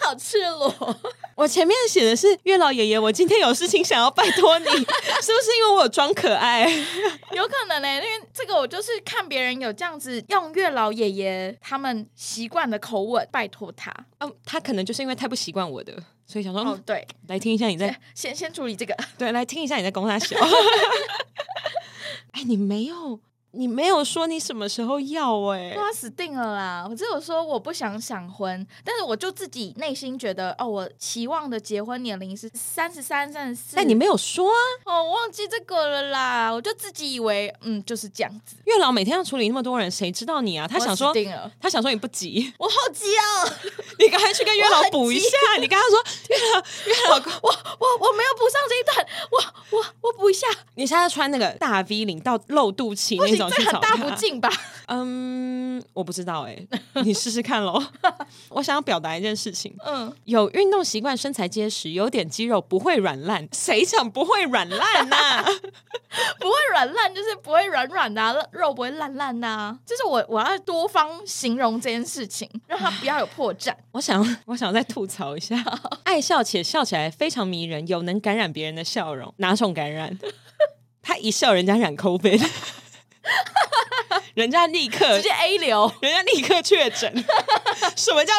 S2: 好赤裸。
S1: 我前面写的是月老爷爷，我今天有事情想要拜托 你，是不是因为我有装可爱？
S2: 有可能呢、因为这个我就是看别人有这样子用月老爷爷他们习惯的口吻拜托他，
S1: 嗯，他可能就是因为太不习惯我的，所以想说、
S2: 哦
S1: 嗯，
S2: 对，
S1: 来听一下你 在
S2: 先先处理这个，
S1: 对，来听一下你在攻他 小。哎，你没有，你没有说你什么时候要哎、
S2: 我死定了啦！我只有说我不想闪婚，但是我就自己内心觉得，哦，我期望的结婚年龄是三十三、三十四。
S1: 但你没有说啊，
S2: 哦，我忘记这个了啦，我就自己以为，嗯，就是这样子。
S1: 月老每天要处理那么多人，谁知道你啊？他
S2: 我
S1: 想说
S2: 死，定了，
S1: 他想说你不急，
S2: 我好急哦，
S1: 你赶快去跟月老补一下。你跟他说，
S2: 我我我没有补上这一段，我我我补一下，
S1: 你现在穿那个大 V 领到露肚脐
S2: 不
S1: 那
S2: 行，
S1: 种
S2: 这
S1: 去
S2: 很
S1: 找
S2: 大
S1: 他，
S2: 不 敬吧？
S1: 嗯，我不知道哎、你试试看喽。 我想要表达一件事情：
S2: 嗯，
S1: 有运动习惯，身材结实，有点肌肉，不会软烂。谁想不会软烂啊呐、
S2: 不会软烂，就是不会软软的、啊，肉不会烂烂的、啊。就是我我要多方形容这件事情，让它不要有 破绽。
S1: 我想，我想再吐槽一下，爱笑且笑起来非常迷人，有能感染别人的笑容。哪种感染？ 他一笑，人家染 COVID，人家立刻，
S2: 直接 A 流，
S1: 人家立刻确诊。 什么叫？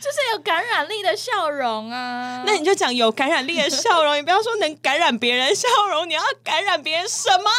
S2: 就是有感染力的笑容啊！
S1: 那你就讲有感染力的笑容，你不要说能感染别人的笑容，你要感染别人什 么？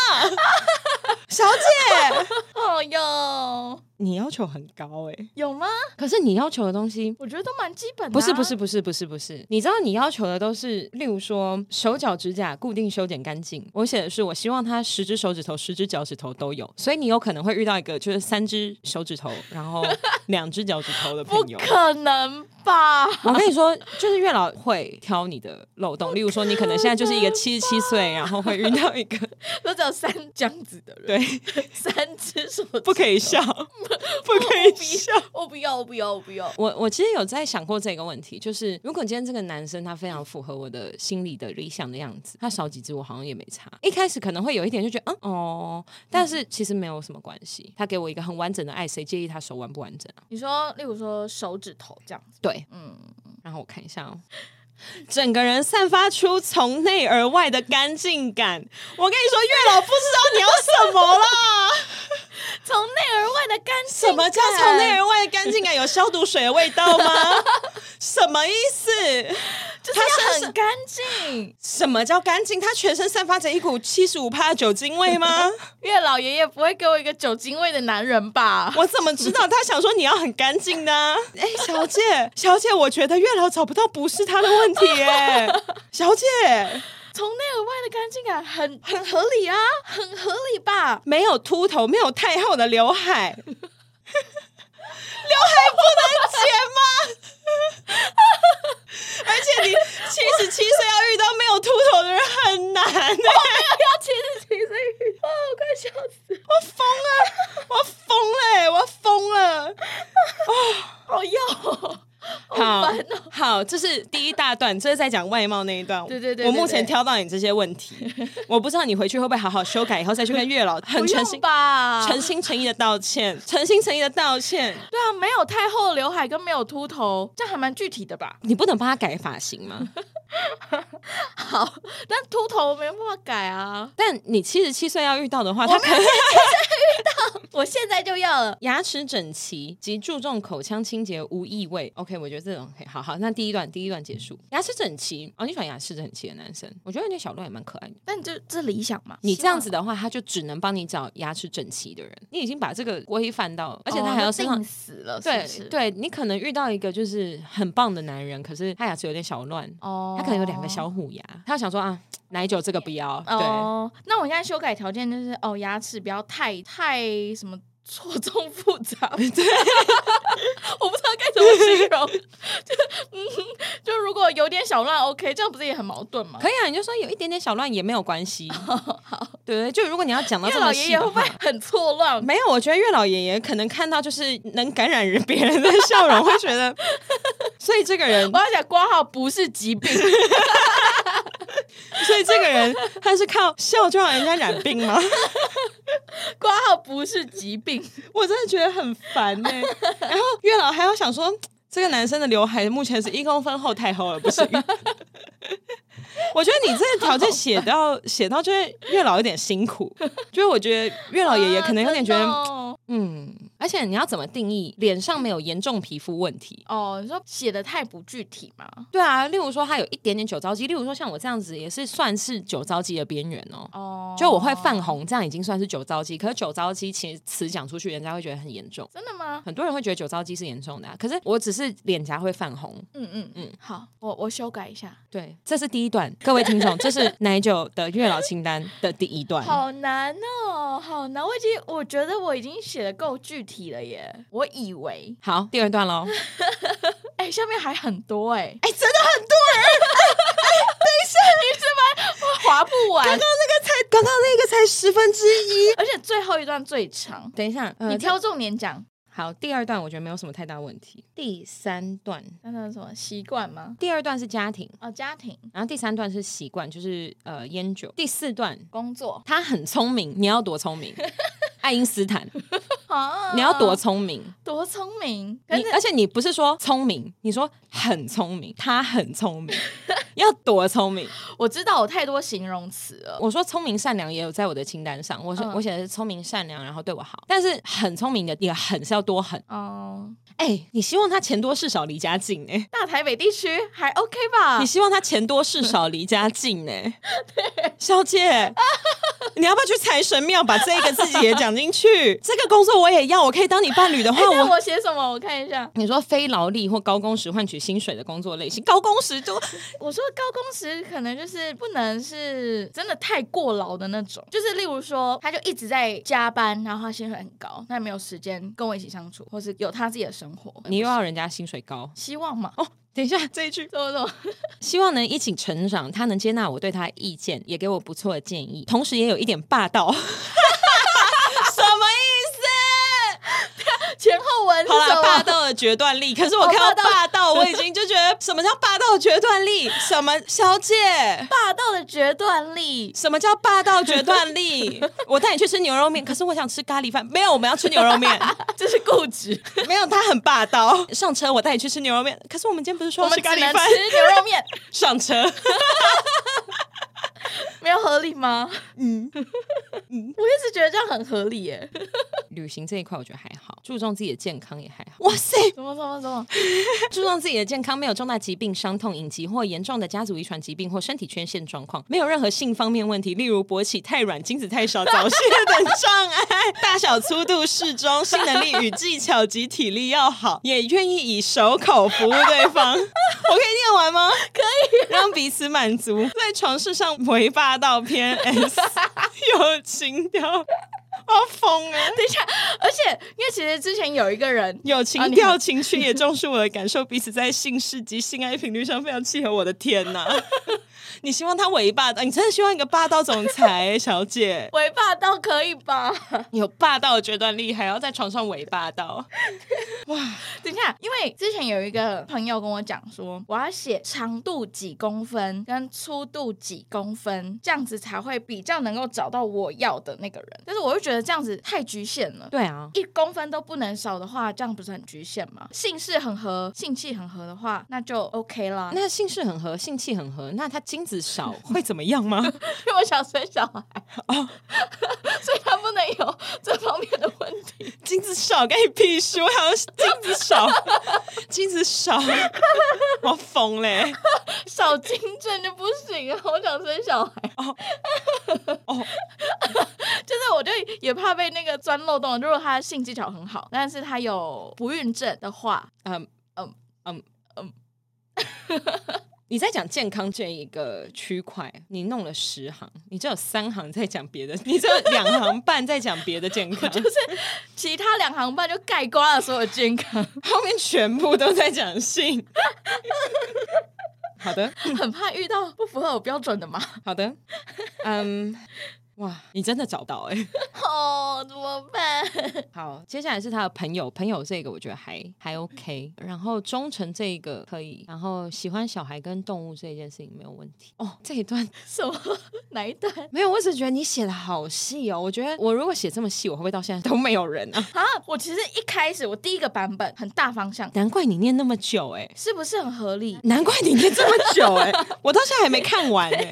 S1: 小姐，
S2: 哦哟，
S1: 你要求很高哎、
S2: 有吗？
S1: 可是你要求的东西
S2: 我觉得都蛮基本的、啊
S1: 不是不是，不是不是不是，你知道你要求的都是，例如说手脚指甲固定修剪干净。我写的是，我希望他十只手指头、十只脚趾头都有，所以你有可能会遇到一个就是三只手指头，然后两只脚趾头的朋
S2: 不
S1: 友。
S2: 可能吧？
S1: 我跟你说，就是月老会挑你的漏洞，例如说你可能现在就是一个七十七岁，然后会遇到一个
S2: 都只有三这样子的人，
S1: 对，
S2: 三只手指，
S1: 不可以笑，不可以笑。
S2: 我不要，我不要，我不要。
S1: 我我其实有在想过这个问题，就是如果今天这个男生他非常符合我的心里的理想的样子，他少几只我好像也没差。一开始可能会有一点就觉得嗯哦，但是其实没有什么关系。他给我一个很完整的爱，谁介意他手完不完整啊？
S2: 你说，例如说手指头这样子，
S1: 对，
S2: 嗯，
S1: 然后我看一下哦。整个人散发出从内而外的干净感。我跟你说，月老不知道你要什么 啦。
S2: 从内而外的干净。
S1: 什么叫从内而外的干净感？有消毒水的味道 吗？什么意思？
S2: 就是要很干净。
S1: 什么叫干净？他全身散发着一股七十五帕的酒精味 吗？
S2: 月老爷爷不会给我一个酒精味的男人吧？
S1: 我怎么知道他想说你要很干净呢？ 哎、小姐，小姐，我觉得月老找不到不是他的问题耶、 小姐，
S2: 从内而外的干净感很很合理啊，很合理吧？
S1: 没有秃头，没有太厚的刘 海，刘海不能剪吗？ 而且你七十七岁要遇到没有秃头的人很难、欸。
S2: 要七十七岁，哦，我快笑死了，
S1: 我疯了，我疯了欸、我疯 了。
S2: 好要、哦。
S1: 好好，这是第一大段，这是在讲外貌那一段。
S2: 对对对对
S1: 我目前挑到你这些问题， 我不知道你回去会不会好好修改，以后再去跟月 老很
S2: 不
S1: 诚
S2: 用
S1: 心、
S2: 吧？
S1: 诚心诚意的道歉，诚心诚意的道 歉。
S2: 对啊，没有太厚的刘海跟没有秃头，这样还蛮具体的吧？
S1: 你不能帮他改发型吗？
S2: 好，但秃头我没办法改啊，
S1: 但你七十七岁要遇到的话，他可能
S2: 我现在就要了。
S1: 牙齿整齐及注重口腔清洁无异味。OK，我觉得这种 OK。好好，那第一段第一段结束，
S2: 嗯
S1: 牙齿整齐哦，你喜欢牙齿整齐的男生？我觉得那小乱也蛮可爱的。
S2: 但你就这理想嘛？
S1: 你这样子
S2: 的，
S1: 的话，他就只能帮你找牙齿整齐的人。你已经把这个规范到，而且他
S2: 哦
S1: 还要
S2: 那
S1: 身上、
S2: 定死了，是
S1: 对
S2: 不是，
S1: 对，你可能遇到一个就是很棒的男人，可是他牙齿有点小乱，
S2: 哦，
S1: 他可能有两个小虎牙，他想说啊，奶酒这个不要，
S2: 哦，那我现在修改条件就是哦，牙齿不要太太什么错综复杂。 对， 我不知道该怎么形容，就嗯，就如果有点小乱，OK，这样不是也很矛盾吗
S1: 对，可？以啊，你就说有一点点小乱也没有关系，对对，就如果你要讲到
S2: 月
S1: 这
S2: 老
S1: 么
S2: 爷
S1: 细
S2: 爷会
S1: 的
S2: 不会
S1: 话。
S2: 很错乱？
S1: 没有，啊我觉得月老爷爷可能看到就是能感染人别人的笑容，会觉得，所以这个人
S2: 我要讲挂号不是疾病，
S1: 所以这个人他是靠笑就让人家染病吗？
S2: 挂号不是 疾病，
S1: 我真的觉得很烦呢、然后月老还要想说，这个男生的刘海目前是一公分厚太厚了，不行。我觉得你这个条件写到写到，就是月老有点辛苦，就是我觉得月老爷爷可能有点觉得，
S2: 啊真的哦
S1: 嗯，而且你要怎么定义脸上没有严重皮肤问题？
S2: 哦，你说写的太不具体嘛？
S1: 对啊，例如说他有一点点酒糟肌，例如说像我这样子也是算是酒糟肌的边缘哦。
S2: 哦，
S1: 就我会泛，红，这样已经算是酒糟肌。可是酒糟肌其实词讲出去，人家会觉得很严重。
S2: 真的吗？
S1: 很多人会觉得酒糟肌是严重的、啊，可是我只是脸颊会泛红。
S2: 嗯嗯嗯，好，我我修改一下，
S1: 对，这是第一段，各位听众，这是奶酒的月老清单的第一段。
S2: 好难哦，好难，我已经我觉得我已经写的够具体了耶，我以为，
S1: 好，第二段喽。
S2: 哎、下面还很多哎、
S1: 哎、真的很多。
S2: 划不完，
S1: 那个才刚刚那个才十分之一。
S2: 而且最后一段最长，
S1: 等一下，呃
S2: 你挑重点讲，
S1: 好，第二段我觉得没有什么太大问题。第三段，
S2: 那叫什么习惯吗？
S1: 第二段是家庭，
S2: 哦，家庭、
S1: 然后第三段是习惯，就是呃烟酒。第四段
S2: 工作
S1: 他很聪明，你要多聪明，爱因斯 坦，
S2: 啊
S1: 你要多聪明。
S2: 多聪明，可
S1: 你
S2: 是
S1: 而且你不是说聪明，你说很聪明，他很聪明，要多聪 明。
S2: 我知道我太多形容词了，
S1: 我说聪明善良也有在我的清单上，我是、
S2: 嗯
S1: 我写的是聪明善良，然后对我好，但是很聪明的也很是要多狠。
S2: 哦，
S1: 哎、你希望他钱多事少离家近哎、
S2: 大台北地区还 OK 吧
S1: 你？希望他钱多事少离家近 哎、小 姐，你要不要去财神庙把这个自己也讲 进去？这个工作我也要，我可以当你伴侣的话，
S2: 哎那
S1: 哎哦我。
S2: 我写什么？我看一下，
S1: 你说非劳力或高工时换取薪水的工作类型，高工时就
S2: 我说高工时可能就是不能是真的太过劳的那种，就是例如说他就一直在加班，然后他薪水很高，但没有时间跟我一起相处，或是有他自己的生活。
S1: 你又要人家薪水高。
S2: 希望嘛？
S1: 等一下哦这一句，
S2: 怎么怎么？
S1: 希望能一起成长，他能接纳我对他的意见，也给我不错的建议，同时也有一点霸 道。什么
S2: 前后文
S1: 意
S2: 是
S1: 思？好
S2: 什
S1: 啦，霸
S2: 么？
S1: 道的决断 力。可是我看到哦霸道，我已经就觉得什么叫霸道的决断 力？什么小姐？
S2: 霸道的决断力。
S1: 什么叫霸道决断 力？我带你去吃牛肉面，可是我想吃咖喱饭。没有，我们要吃牛肉面。
S2: 这是固执，
S1: 没有，他很霸道。上车，我带你去吃牛肉面，可 是我们今天不是说要
S2: 我们
S1: 吃
S2: 只
S1: 咖
S2: 能
S1: 喱饭？
S2: 吃牛肉面，
S1: 上车。
S2: 没有合理吗？ 嗯，我一直觉得这样很合理耶。
S1: 旅行这一块我觉得还好，注重自己的健康也还好。哇塞，
S2: 怎么怎么怎么？
S1: 注重自己的健康，没有重大疾病、伤痛、隐疾或严重的家族遗传疾病或身体缺陷状况，没有任何性方面问题，例如勃起太软、精子太少、早泄等障碍， 大小粗度适中，性能力与技巧及体力要好，也愿意以手口服务对方。 我可以念完吗？ 可以，啊让彼此满足，在床事上为霸道偏 S，有情调，我要疯了。
S2: 等一下，而且因为其实之前有一个人，
S1: 友情
S2: 啊你
S1: 调情趣也重视我的感受，彼此在性事及性爱频率上非常契合。我的天哪！你希望他为霸道，你真的希望一个霸道总裁、小姐，
S2: 为霸道可以吧？
S1: 有霸道的决断力，还要在床上伪霸道。
S2: 等一下，因为之前有一个朋友跟我讲说，我要写长度几公分跟粗度几公分，这样子才会比较能够找到我要的那个人。但是我又觉得这样子太局限了。
S1: 对啊，
S2: 一公分都不能少的话，这样不是很局限吗？性事很合，性气很合的话，那就 OK 啦。
S1: 那性事很合，性气很合，那他精子少会怎么样吗？
S2: 因为我想生小孩， 所以他不能有这方面的问题。
S1: 精子少干你屁事！我还要精子少， 精子少， 我要疯嘞！
S2: 少精症就不行啊！ 我想生小孩，
S1: 哦哦
S2: 就是我就也怕被那个钻漏洞。如果他性技巧很好，但是他有不孕症的话，
S1: 嗯
S2: 嗯
S1: 嗯嗯
S2: 嗯，
S1: 你在讲健康这一个区块，你弄了十行，你只有三行在讲别的， 你只有两行半在讲别的健康，
S2: 其他两行半就盖刮了所有健康，
S1: 后面全部都在讲性。好的，
S2: 很怕遇到不符合我标准的嘛。
S1: 好的，嗯。哇，你真的找到哎、
S2: 哦，怎么办？
S1: 好，接下来是他的朋友，朋友这个我觉得还还 OK，然后忠诚这一个可以，然后喜欢小孩跟动物这件事情没有问题。哦，这一段
S2: 什么？哪一段
S1: 没有，我只是觉得你写的好细哦。我觉得我如果写这么细，我会不会到现在都没有人啊？
S2: 啊？我其实一开始我第一个版本很大方向，
S1: 难怪你念那么久哎、
S2: 是不是很合理？
S1: 难怪你念这么久哎、 我到现在还没看完哎、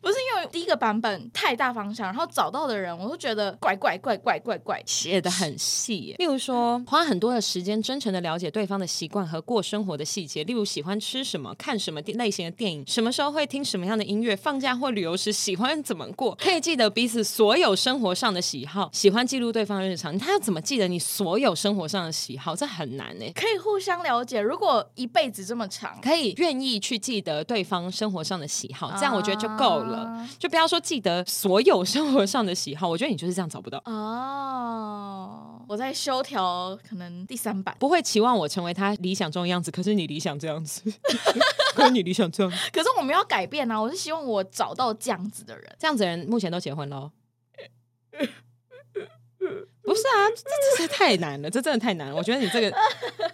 S2: 不是因为第一个版本太大方向，然后找到的人我都觉得怪怪怪怪怪怪。
S1: 写的很细耶。例如说，花很多的时间真诚的了解对方的习惯和过生活的细节，例如喜欢吃什么、看什么电类型的电影，什么时候会听什么样的音乐，放假或旅游时喜欢怎么过，可以记得彼此所有生活上的喜好，喜欢记录对方的日常。他要怎么记得你所有生活上的喜好？这很难哎。
S2: 可以互相了解，如果一辈子这么长，
S1: 可以愿意去记得对方生活上的喜好，这样我觉得就够了，
S2: 啊
S1: 就不要说记得所有生活上的喜好。我觉得你就是这样找不到。
S2: 啊哦，我在修条，可能第三版。
S1: 不会期望我成为他理想中的样子，可是你理想这样 子，可是你理想这样子，
S2: 可是我们要改变啊！我是希望我找到这样子的人。
S1: 这样子的人目前都结婚喽。 不是啊，这这这太难了，这真的太难了。我觉得你这个，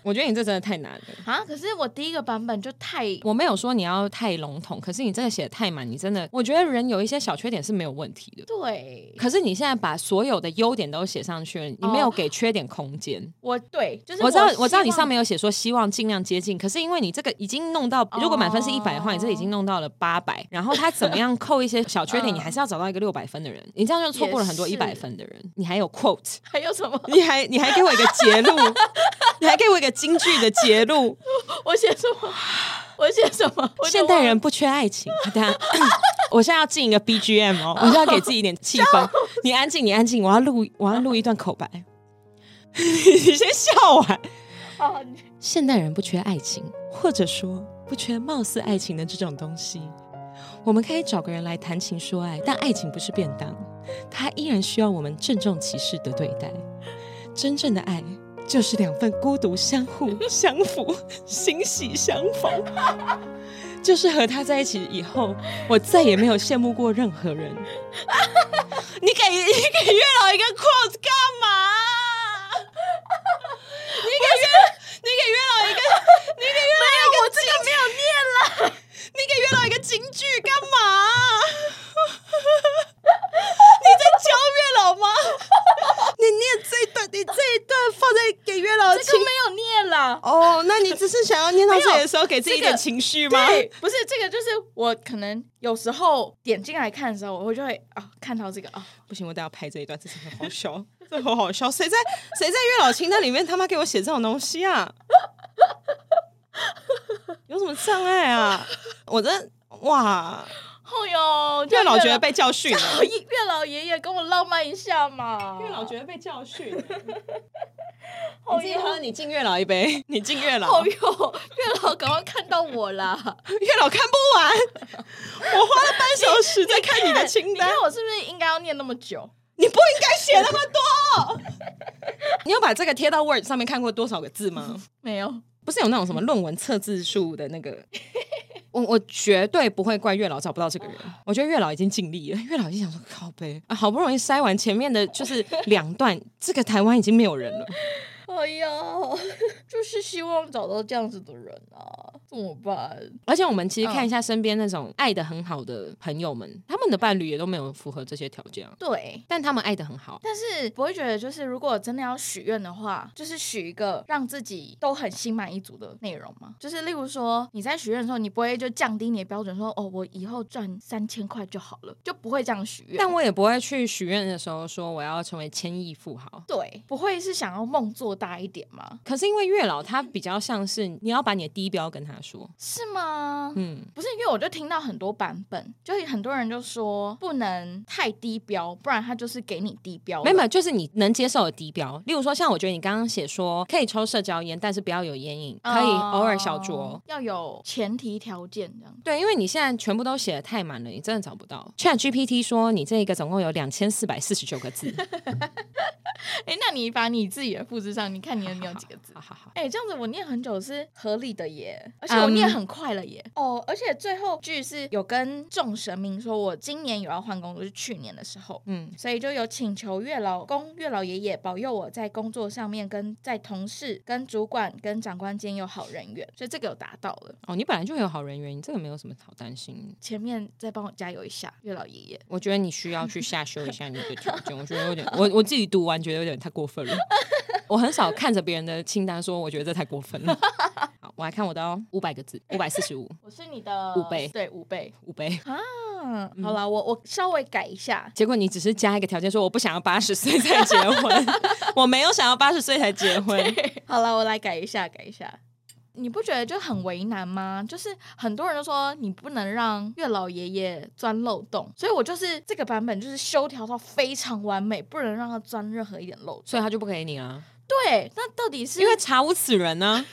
S1: 我觉得你这真的太难了。
S2: 啊！可是我第一个版本就太
S1: 我没有说你要太笼统，可是你这个写的太满，你真的，我觉得人有一些小缺点是没有问题的。
S2: 对，
S1: 可是你现在把所有的优点都写上去了，你没有给缺点空间。
S2: 我对，哦就是
S1: 我知道，我知道你
S2: 希望
S1: 上面有写说希望尽量接近，可是因为你这个已经弄到，如果满分是一百的话，你这已经弄到了八百，然后他怎么样扣一些小缺 点，
S2: 哦嗯
S1: 你还是要找到一个六百分的人，你这样就错过了很多一
S2: 也是
S1: 百分的人。你还有 quote，
S2: 还有什么？
S1: 你还你还给我一个结露，你还给我一个京剧的结露。
S2: 我写什 么？我写什么？我
S1: 现代人不缺爱情，大家。 我现在要进一个 BGM 哦，我现在要给自己一点气氛。你安静，你安静，我要录，我要录一段口白。 你先笑完。
S2: 啊，你
S1: 现代人不缺爱情，或者说不缺貌似爱情的这种东西。我们可以找个人来谈情说爱，但爱情不是便当，它依然需要我们郑重其事的对待。真正的爱就是两份孤独相互相符、欣喜相逢。就是和他在一起以后，我再也没有羡慕过任何人。 你给你给月老一个 quote 干嘛？ 你给月你给月老一个，你给月老一个，我这个没有念了。你给月老一个京剧干 嘛？你在教月老吗？你念这一段，你这一段放在给月老的
S2: 这个
S1: 情。
S2: 没有念了。
S1: 哦，那你只是想要念到这里的时候给自己一
S2: 这
S1: 点
S2: 个
S1: 情绪吗？
S2: 对，不是这个，就是我可能有时候点进来看的时候，我就会啊看到这个啊，
S1: 不行，我得要拍这一段，这真的好笑， 这好好笑。谁在谁在月老清单里面他妈给我写这种东西啊？ 有什么障碍啊？我真哇，
S2: 哦哟，
S1: 月老觉得
S2: 被
S1: 被教训 了。
S2: 月老爷爷跟我浪漫一下嘛，
S1: 得被教训，你
S2: 好
S1: 自己喝，
S2: 哟，
S1: 你敬月老一 杯，你敬月老，
S2: 好
S1: 月
S2: 哟，月老赶快看到我 啦！
S1: 老看不 完，我花了半小时在看 你的清
S2: 你
S1: 单
S2: 看，我是不是应该要念那么久？
S1: 你不应该写那么多。 你有把这个贴到 Word 上面看过多少个字吗？
S2: 没有，
S1: 不是有那种什么论文测字数的那个？ 我我绝对不会怪月老找不到这个人，我觉得月老已经尽力了。月 老已经想说靠背啊，好不容易筛完前面的就是两段，这个台湾已经没有人了。
S2: 哎呦， 就是希望找到这样子的人啊，怎么办？
S1: 而且我们其实看一下身边那种爱的很好的朋友们，他们的伴侣也都没有符合这些条件啊，
S2: 对。
S1: 但他们爱的很好。
S2: 但是我会觉得，就是如果真的要许愿的话，就是许一个让自己都很心满意足的内容嘛。就是例如说，你在许愿的时候，你不会就降低你的标准说哦，我以后赚三千块就好了，就不会这样许愿。
S1: 但我也不会去许愿的时候说我要成为千亿富豪。
S2: 对，不会是想要梦做大一点吗？
S1: 可是因为月老他比较像是你要把你的低标跟他说，
S2: 是吗？
S1: 嗯，
S2: 不是，因为我就听到很多版本，就很多人就说不能太低标，不然他就是给你低标了。
S1: 没有，没有就是你能接受的低标。例如说，像我觉得你刚刚写说可以抽社交烟，但是不要有烟瘾，可以偶尔小酌。
S2: 哦要有前提条件 这样。
S1: 对，因为你现在全部都写的太满了，你真的找不到。Chat GPT 说你这个总共有两千四百四十九个字，
S2: 哎、那你把你自己的复制上，你看你有没有几个字？
S1: 好好好，
S2: 哎、这样子我念很久是合理的耶，而且我念
S1: 嗯
S2: 很快了耶。哦，而且最后句是有跟众神明说，我今年有要换工作，是去年的时候。
S1: 嗯，
S2: 所以就有请求月老公、月老爷爷保佑我在工作上面跟在同事、跟主管、跟长官间有好人缘，所以这个有达到了。
S1: 哦，你本来就很有好人缘，你这个没有什么好担心。
S2: 前面再帮我加油一下，月老爷爷。
S1: 我觉得你需要去下修一下你的条件，我觉得有点，我我自己读完觉得有点太过分了。我很少看着别人的清单说，我觉得这太过分了。好，我来看我的哦，五百个字，五百四十五，
S2: 我是你的
S1: 五倍
S2: 对五倍。
S1: 五倍。
S2: 嗯，好啦，我我稍微改一下，
S1: 结果你只是加一个条件，说我不想要八十岁才结 婚，我没有想要八十岁才结婚。
S2: 好了，我来改一下，改一下。你不觉得就很为难吗？就是很多人都说你不能让月老爷爷钻漏洞，所以我就是这个版本就是修条到非常完美，不能让他钻任何一点漏洞。
S1: 所以他就不给你啊，
S2: 对，那到底是
S1: 因为查无此人啊呢、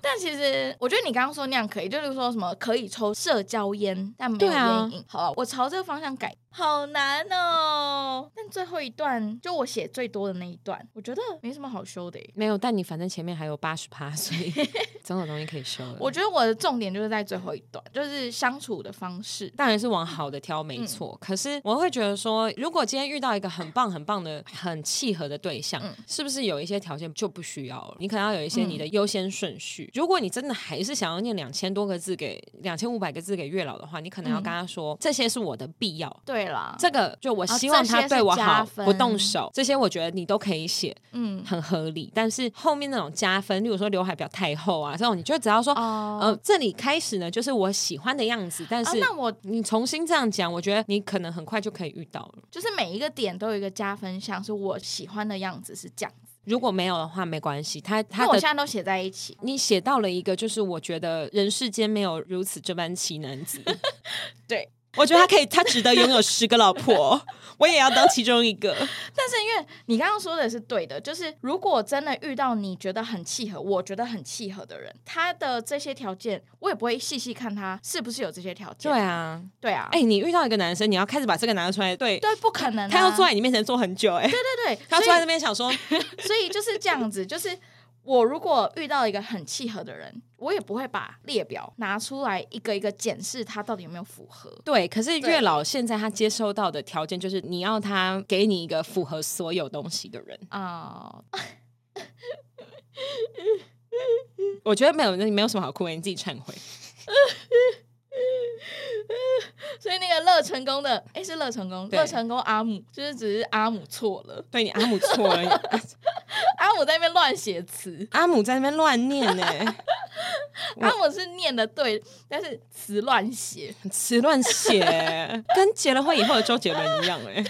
S2: 但其实我觉得你刚刚说那样可以，就是说什么可以抽社交烟，但没有
S1: 对啊
S2: 烟瘾。好了，我朝这个方向改，好难哦。但最后一段就我写最多的那一段，我觉得没什么好修的耶。欸
S1: 没有，但你反正前面还有八十趴，所以 总有东西可以修的。
S2: 我觉得我的重点就是在最后一段，就是相处的方式。
S1: 当然是往好的挑，没错。可是我会觉得说，如果今天遇到一个很棒、很棒的、很契合的对象，
S2: 嗯
S1: 是不是有一些条件就不需要了？你可能要有一些
S2: 嗯
S1: 你的优先顺序。如果你真的还是想要念两千多个字给两千五百个字给月老的话，你可能要跟他说，这些是我的必要。
S2: 对啦，
S1: 这个就我希望他对我好，
S2: 哦这些是加分
S1: 不动手，这些我觉得你都可以写，
S2: 嗯，
S1: 很合理。但是后面那种加分，例如说刘海不要太厚啊，这种你就只要说，
S2: 哦、
S1: 呃，这里开始呢就是我喜欢的样子，但
S2: 啊
S1: 是、
S2: 那我
S1: 你重新这样讲，我觉得你可能很快就可以遇到了。
S2: 就是每一个点都有一个加分项，是我喜欢的样子是这样子。
S1: 如果没有的话，没关系，他他
S2: 那我
S1: 的
S2: 现在都写在一起，
S1: 你写到了一个，就是我觉得人世间没有如此这般奇男子。
S2: 对，
S1: 我觉得他可以，他值得拥有十个老 婆，我也要当其中一个。
S2: 但是因为你刚刚说的是对的，就是如果真的遇到你觉得很契合，我觉得很契合的人，他的这些条件，我也不会细细看他是不是有这些条件。
S1: 对啊，
S2: 对啊，
S1: 哎、你遇到一个男生，你要开始把这个拿出来，对，
S2: 对，不可能啊、
S1: 他要坐在你面前坐很久、哎，
S2: 对对对，
S1: 他
S2: 所
S1: 坐在
S2: 以
S1: 那边想说，
S2: 所以就是这样子，就是我如果遇到一个很契合的人，我也不会把列表拿出来一个一个检视他到底有没有符合。
S1: 对，可是
S2: 对
S1: 月老现在他接收到的条件就是，你要他给你一个符合所有东西的人。
S2: 啊、
S1: 我觉得没有，那没有什么好哭的，你自己忏悔。
S2: 所以那个乐成功的，哎，是乐成功，
S1: 对
S2: 乐成功阿姆，就是只是阿姆错了，
S1: 对你阿姆错了，你
S2: 阿姆在那边乱写词，
S1: 阿姆在那边乱念呢、我
S2: 阿姆是念的对，但是词乱写。
S1: 词乱写，跟结了婚以后的周杰伦一样哎、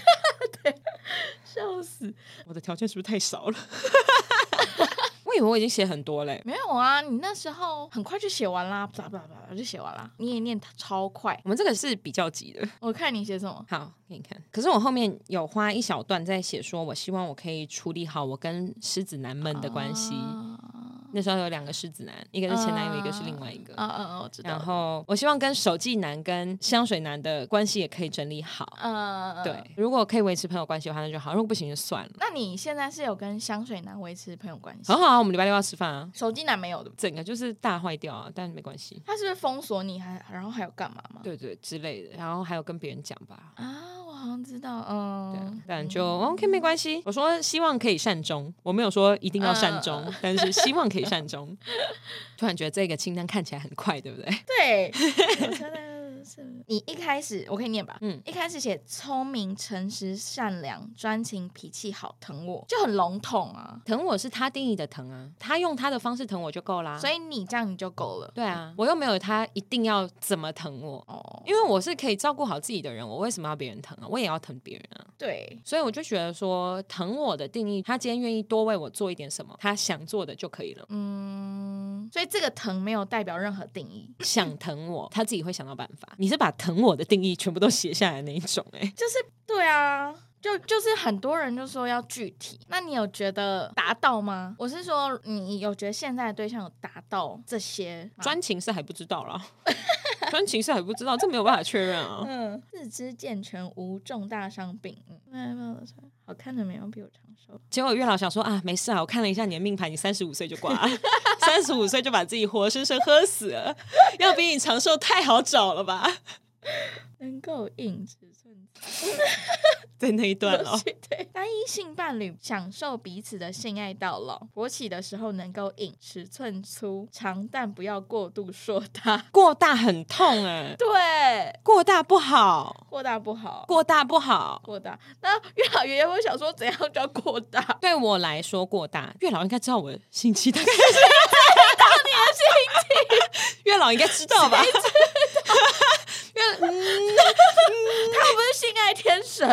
S2: 笑死！
S1: 我的条件是不是太少了？ 我以为我已经写很多嘞、
S2: 没有啊，你那时候很快就写完啦，叭叭叭就写完啦，你也念超快。
S1: 我们这个是比较急的，
S2: 我看你写什么，
S1: 好给你看。可是我后面有花一小段在写，说我希望我可以处理好我跟狮子男们的关系。
S2: 啊
S1: 那时候有两个狮子男，一个是前男友，一个是另外一个。
S2: 啊啊！我知道。
S1: 然后我希望跟手技男跟香水男的关系也可以整理好。
S2: 嗯，
S1: 对，如果可以维持朋友关系的话，那就好；如果不行就算了。
S2: 那你现在是有跟香水男维持朋友关系？
S1: 很好啊，我们礼拜六要吃饭啊，
S2: 手机男没有的，
S1: 整个就是大坏掉啊，但没关系。
S2: 他是不是封锁你还，然后还有干嘛吗？
S1: 对对之类的，然后还有跟别人讲吧。
S2: 啊，我好像知道，
S1: 对啊
S2: 嗯，，
S1: 但就 OK 没关系。我说希望可以善终，我没有说一定要善终， 但是希望可以善 终。突然觉得这个清单看起来很快，对不对？
S2: 对，我真的是你一开始我可以念吧，
S1: 嗯
S2: 嗯，一开始写聪明、诚实、善良、专情、脾气好、疼我，就很笼统啊，
S1: 疼我是他定义的疼啊，他用他的方式疼我就够啦。
S2: 所以你这样你就够了，
S1: 啊对啊，我又没有他一定要怎么疼我，
S2: 哦，
S1: 因为我是可以照顾好自己的人，我为什么要别人疼啊？我也要疼别人啊。
S2: 对，
S1: 所以我就觉得说，疼我的定义，他今天愿意多为我做一点什么，他想做的就可以了。
S2: 嗯，所以这个疼没有代表任何定义，
S1: 想疼我，他自己会想到办法。你是把疼我的定义全部都写下来那一种、欸，哎，
S2: 就是对啊。就就是很多人就说要具体，那你有觉得达到吗？我是说，你有觉得现在的对象有达到这些吗
S1: 专情是还不知道啦。 穿情是还不知道，这没有办法确认 啊。
S2: 嗯，四肢健全，无重大伤病。嗯，没有没有，好看的没有比我长寿。
S1: 结果月老想说啊，没事啊，我看了一下你的命盘，你三十五岁就挂， 三十五岁就把自己活生生喝死了，要比你长寿太好找了吧？
S2: 能够硬尺寸
S1: 在那一段
S2: 有
S1: 哦，
S2: 趣对，单一性伴侣享受彼此的性爱到老，勃起的时候能够硬，尺寸粗，长但不要过度硕大。
S1: 过大很痛哎、
S2: 对，
S1: 过大不好，
S2: 过大不好，
S1: 过大不好。
S2: 过大。那月老爷爷会想说，怎样叫过 大？
S1: 对我来说过大，月老应该知道我的心机大概是 月老应该知道吧？月，嗯
S2: 他又不是性爱天神，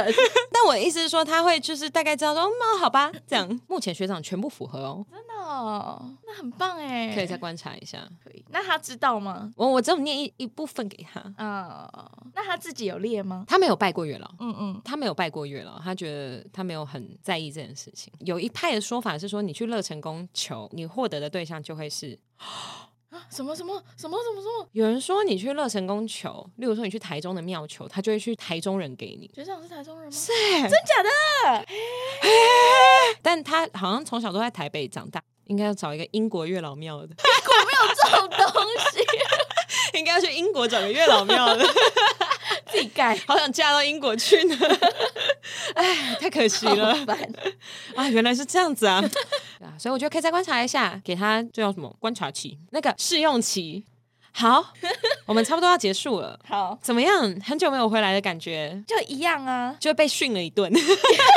S1: 但我的意思是说，他会就是大概知道说，嗯，哦好吧，这样。目前学长全部符合哦，
S2: 真的、哦，那很棒哎，
S1: 可以再观察一下。
S2: 可以。那他知道吗？
S1: 我我只有念一一部分给他，
S2: 啊、那他自己有列吗？
S1: 他没有拜过月老。
S2: 嗯嗯，
S1: 他没有拜过月老，他觉得他没有很在意这件事情。有一派的说法是说，你去乐成宫求，你获得的对象就会是
S2: 啊什么什么什么什么什么？
S1: 有人说你去乐成宫求，例如说你去台中的庙求，他就会去台中人给你。
S2: 学长是台中人吗？
S1: 对，
S2: 真假的？
S1: 但他好像从小都在台北长大，应该要找一个英国月老庙的，
S2: 这种东 西
S1: 应该要去英国找个月老庙的。
S2: 自己 改，
S1: 好想嫁到英国去呢， 哎，太可惜了
S2: 好 烦。
S1: 啊！原来是这样子啊， 对啊，所以我觉得可以再观察一下，给他这叫什么观察期，那个试用期。好， 我们差不多要结束了，
S2: 好，
S1: 怎么样？很久没有回来的感觉，
S2: 就一样啊，
S1: 就被训了一顿，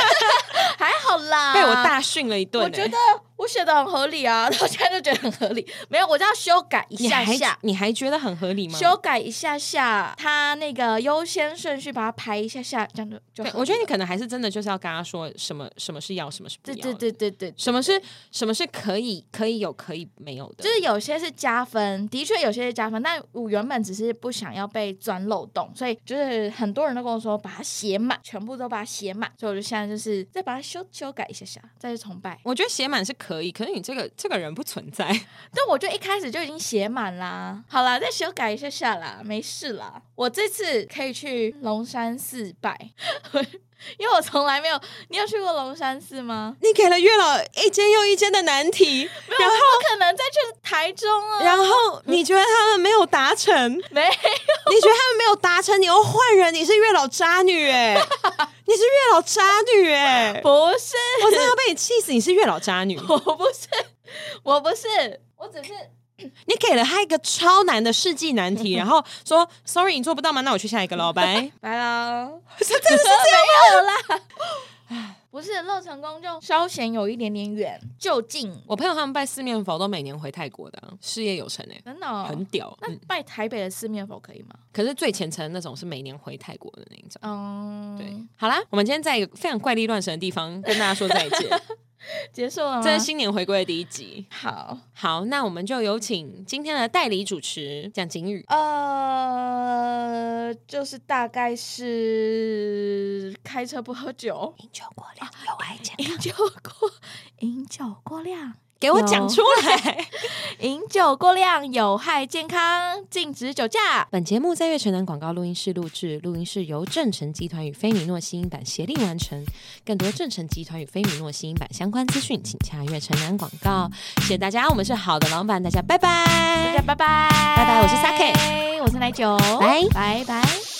S2: 还好啦，
S1: 被我。大训了一顿、
S2: 啊我觉
S1: 欸
S2: 得我写的很合理啊，到现在就觉得很合理。没有，我就要修改一
S1: 你
S2: 下
S1: 还
S2: 下，
S1: 你还觉得很合理吗？
S2: 修改一下下，他那个优先顺序把它排一下下，这样就就
S1: 对，
S2: 合
S1: 我觉得
S2: 理
S1: 你可能还是真的就是要跟他说什么什么是要，什么是不
S2: 了
S1: 要的，
S2: 对对对对对，
S1: 什么是什么是可以可以有，可以没有的，
S2: 就是有些是加分，的确有些是加分，但我原本只是不想要被钻漏洞，所以就是很多人都跟我说把它写满，全部都把它写满，所以我就现在就是再把它修修改一下下，再去重拜。
S1: 我觉得写满是可以，可是你这个这个人不存在，
S2: 但我就一开始就已经写满啦，好啦，再修改一下下啦，没事啦。我这次可以去龙山寺拜， 因为我从来没有。你有去过龙山寺吗？
S1: 你给了月老一间又一间的难题，
S2: 没有，我不可能再去台中啊，
S1: 然后你觉得他们没有达 成，你觉 得他
S2: 没
S1: 们没有达成，你又换人，你是月老渣女哎、你是月老渣女哎、
S2: 不是。
S1: 我真的要被你气死，你是月老渣 女，
S2: 我不是，我不是，我只是
S1: 你给了他一个超难的世纪难题，然后说 sorry 你做不到吗？那我去下一个了，拜。
S2: 拜了，
S1: 这真的 是
S2: 没有啦。不是乐成宫就稍显有一点点远，就近
S1: 我朋友他们拜四面佛都每年回泰国的啊、事业有成哎、
S2: 真的哦、
S1: 很屌，
S2: 那
S1: 嗯，
S2: 拜台北的四面佛可以吗？
S1: 可是最虔诚的那种是每年回泰国的那一种。
S2: 嗯，
S1: 对，，好啦，我们今天在一个非常怪力乱神的地方跟大家说再 见，
S2: 结束了吗？
S1: 这是新年回归的第一集。
S2: 好，
S1: 好，那我们就有请今天的代理主持蒋景宇。
S2: 呃，就是大概是开车不喝酒，
S1: 饮酒过量有爱情，
S2: 饮酒过，饮酒过量，
S1: 给我讲出 来。
S2: 饮酒过量有害健康，禁止酒驾。
S1: 本节目在月城南广告录音室录制，录音室由正成集团与菲米诺吸音版协力完成。更多正成集团与菲米诺吸音版相关资讯，请洽月城南广告。谢谢大家，我们是好的老板，大家拜拜，
S2: 大家拜拜，拜
S1: 拜我是
S2: 我是奶酒，
S1: 拜
S2: 拜拜。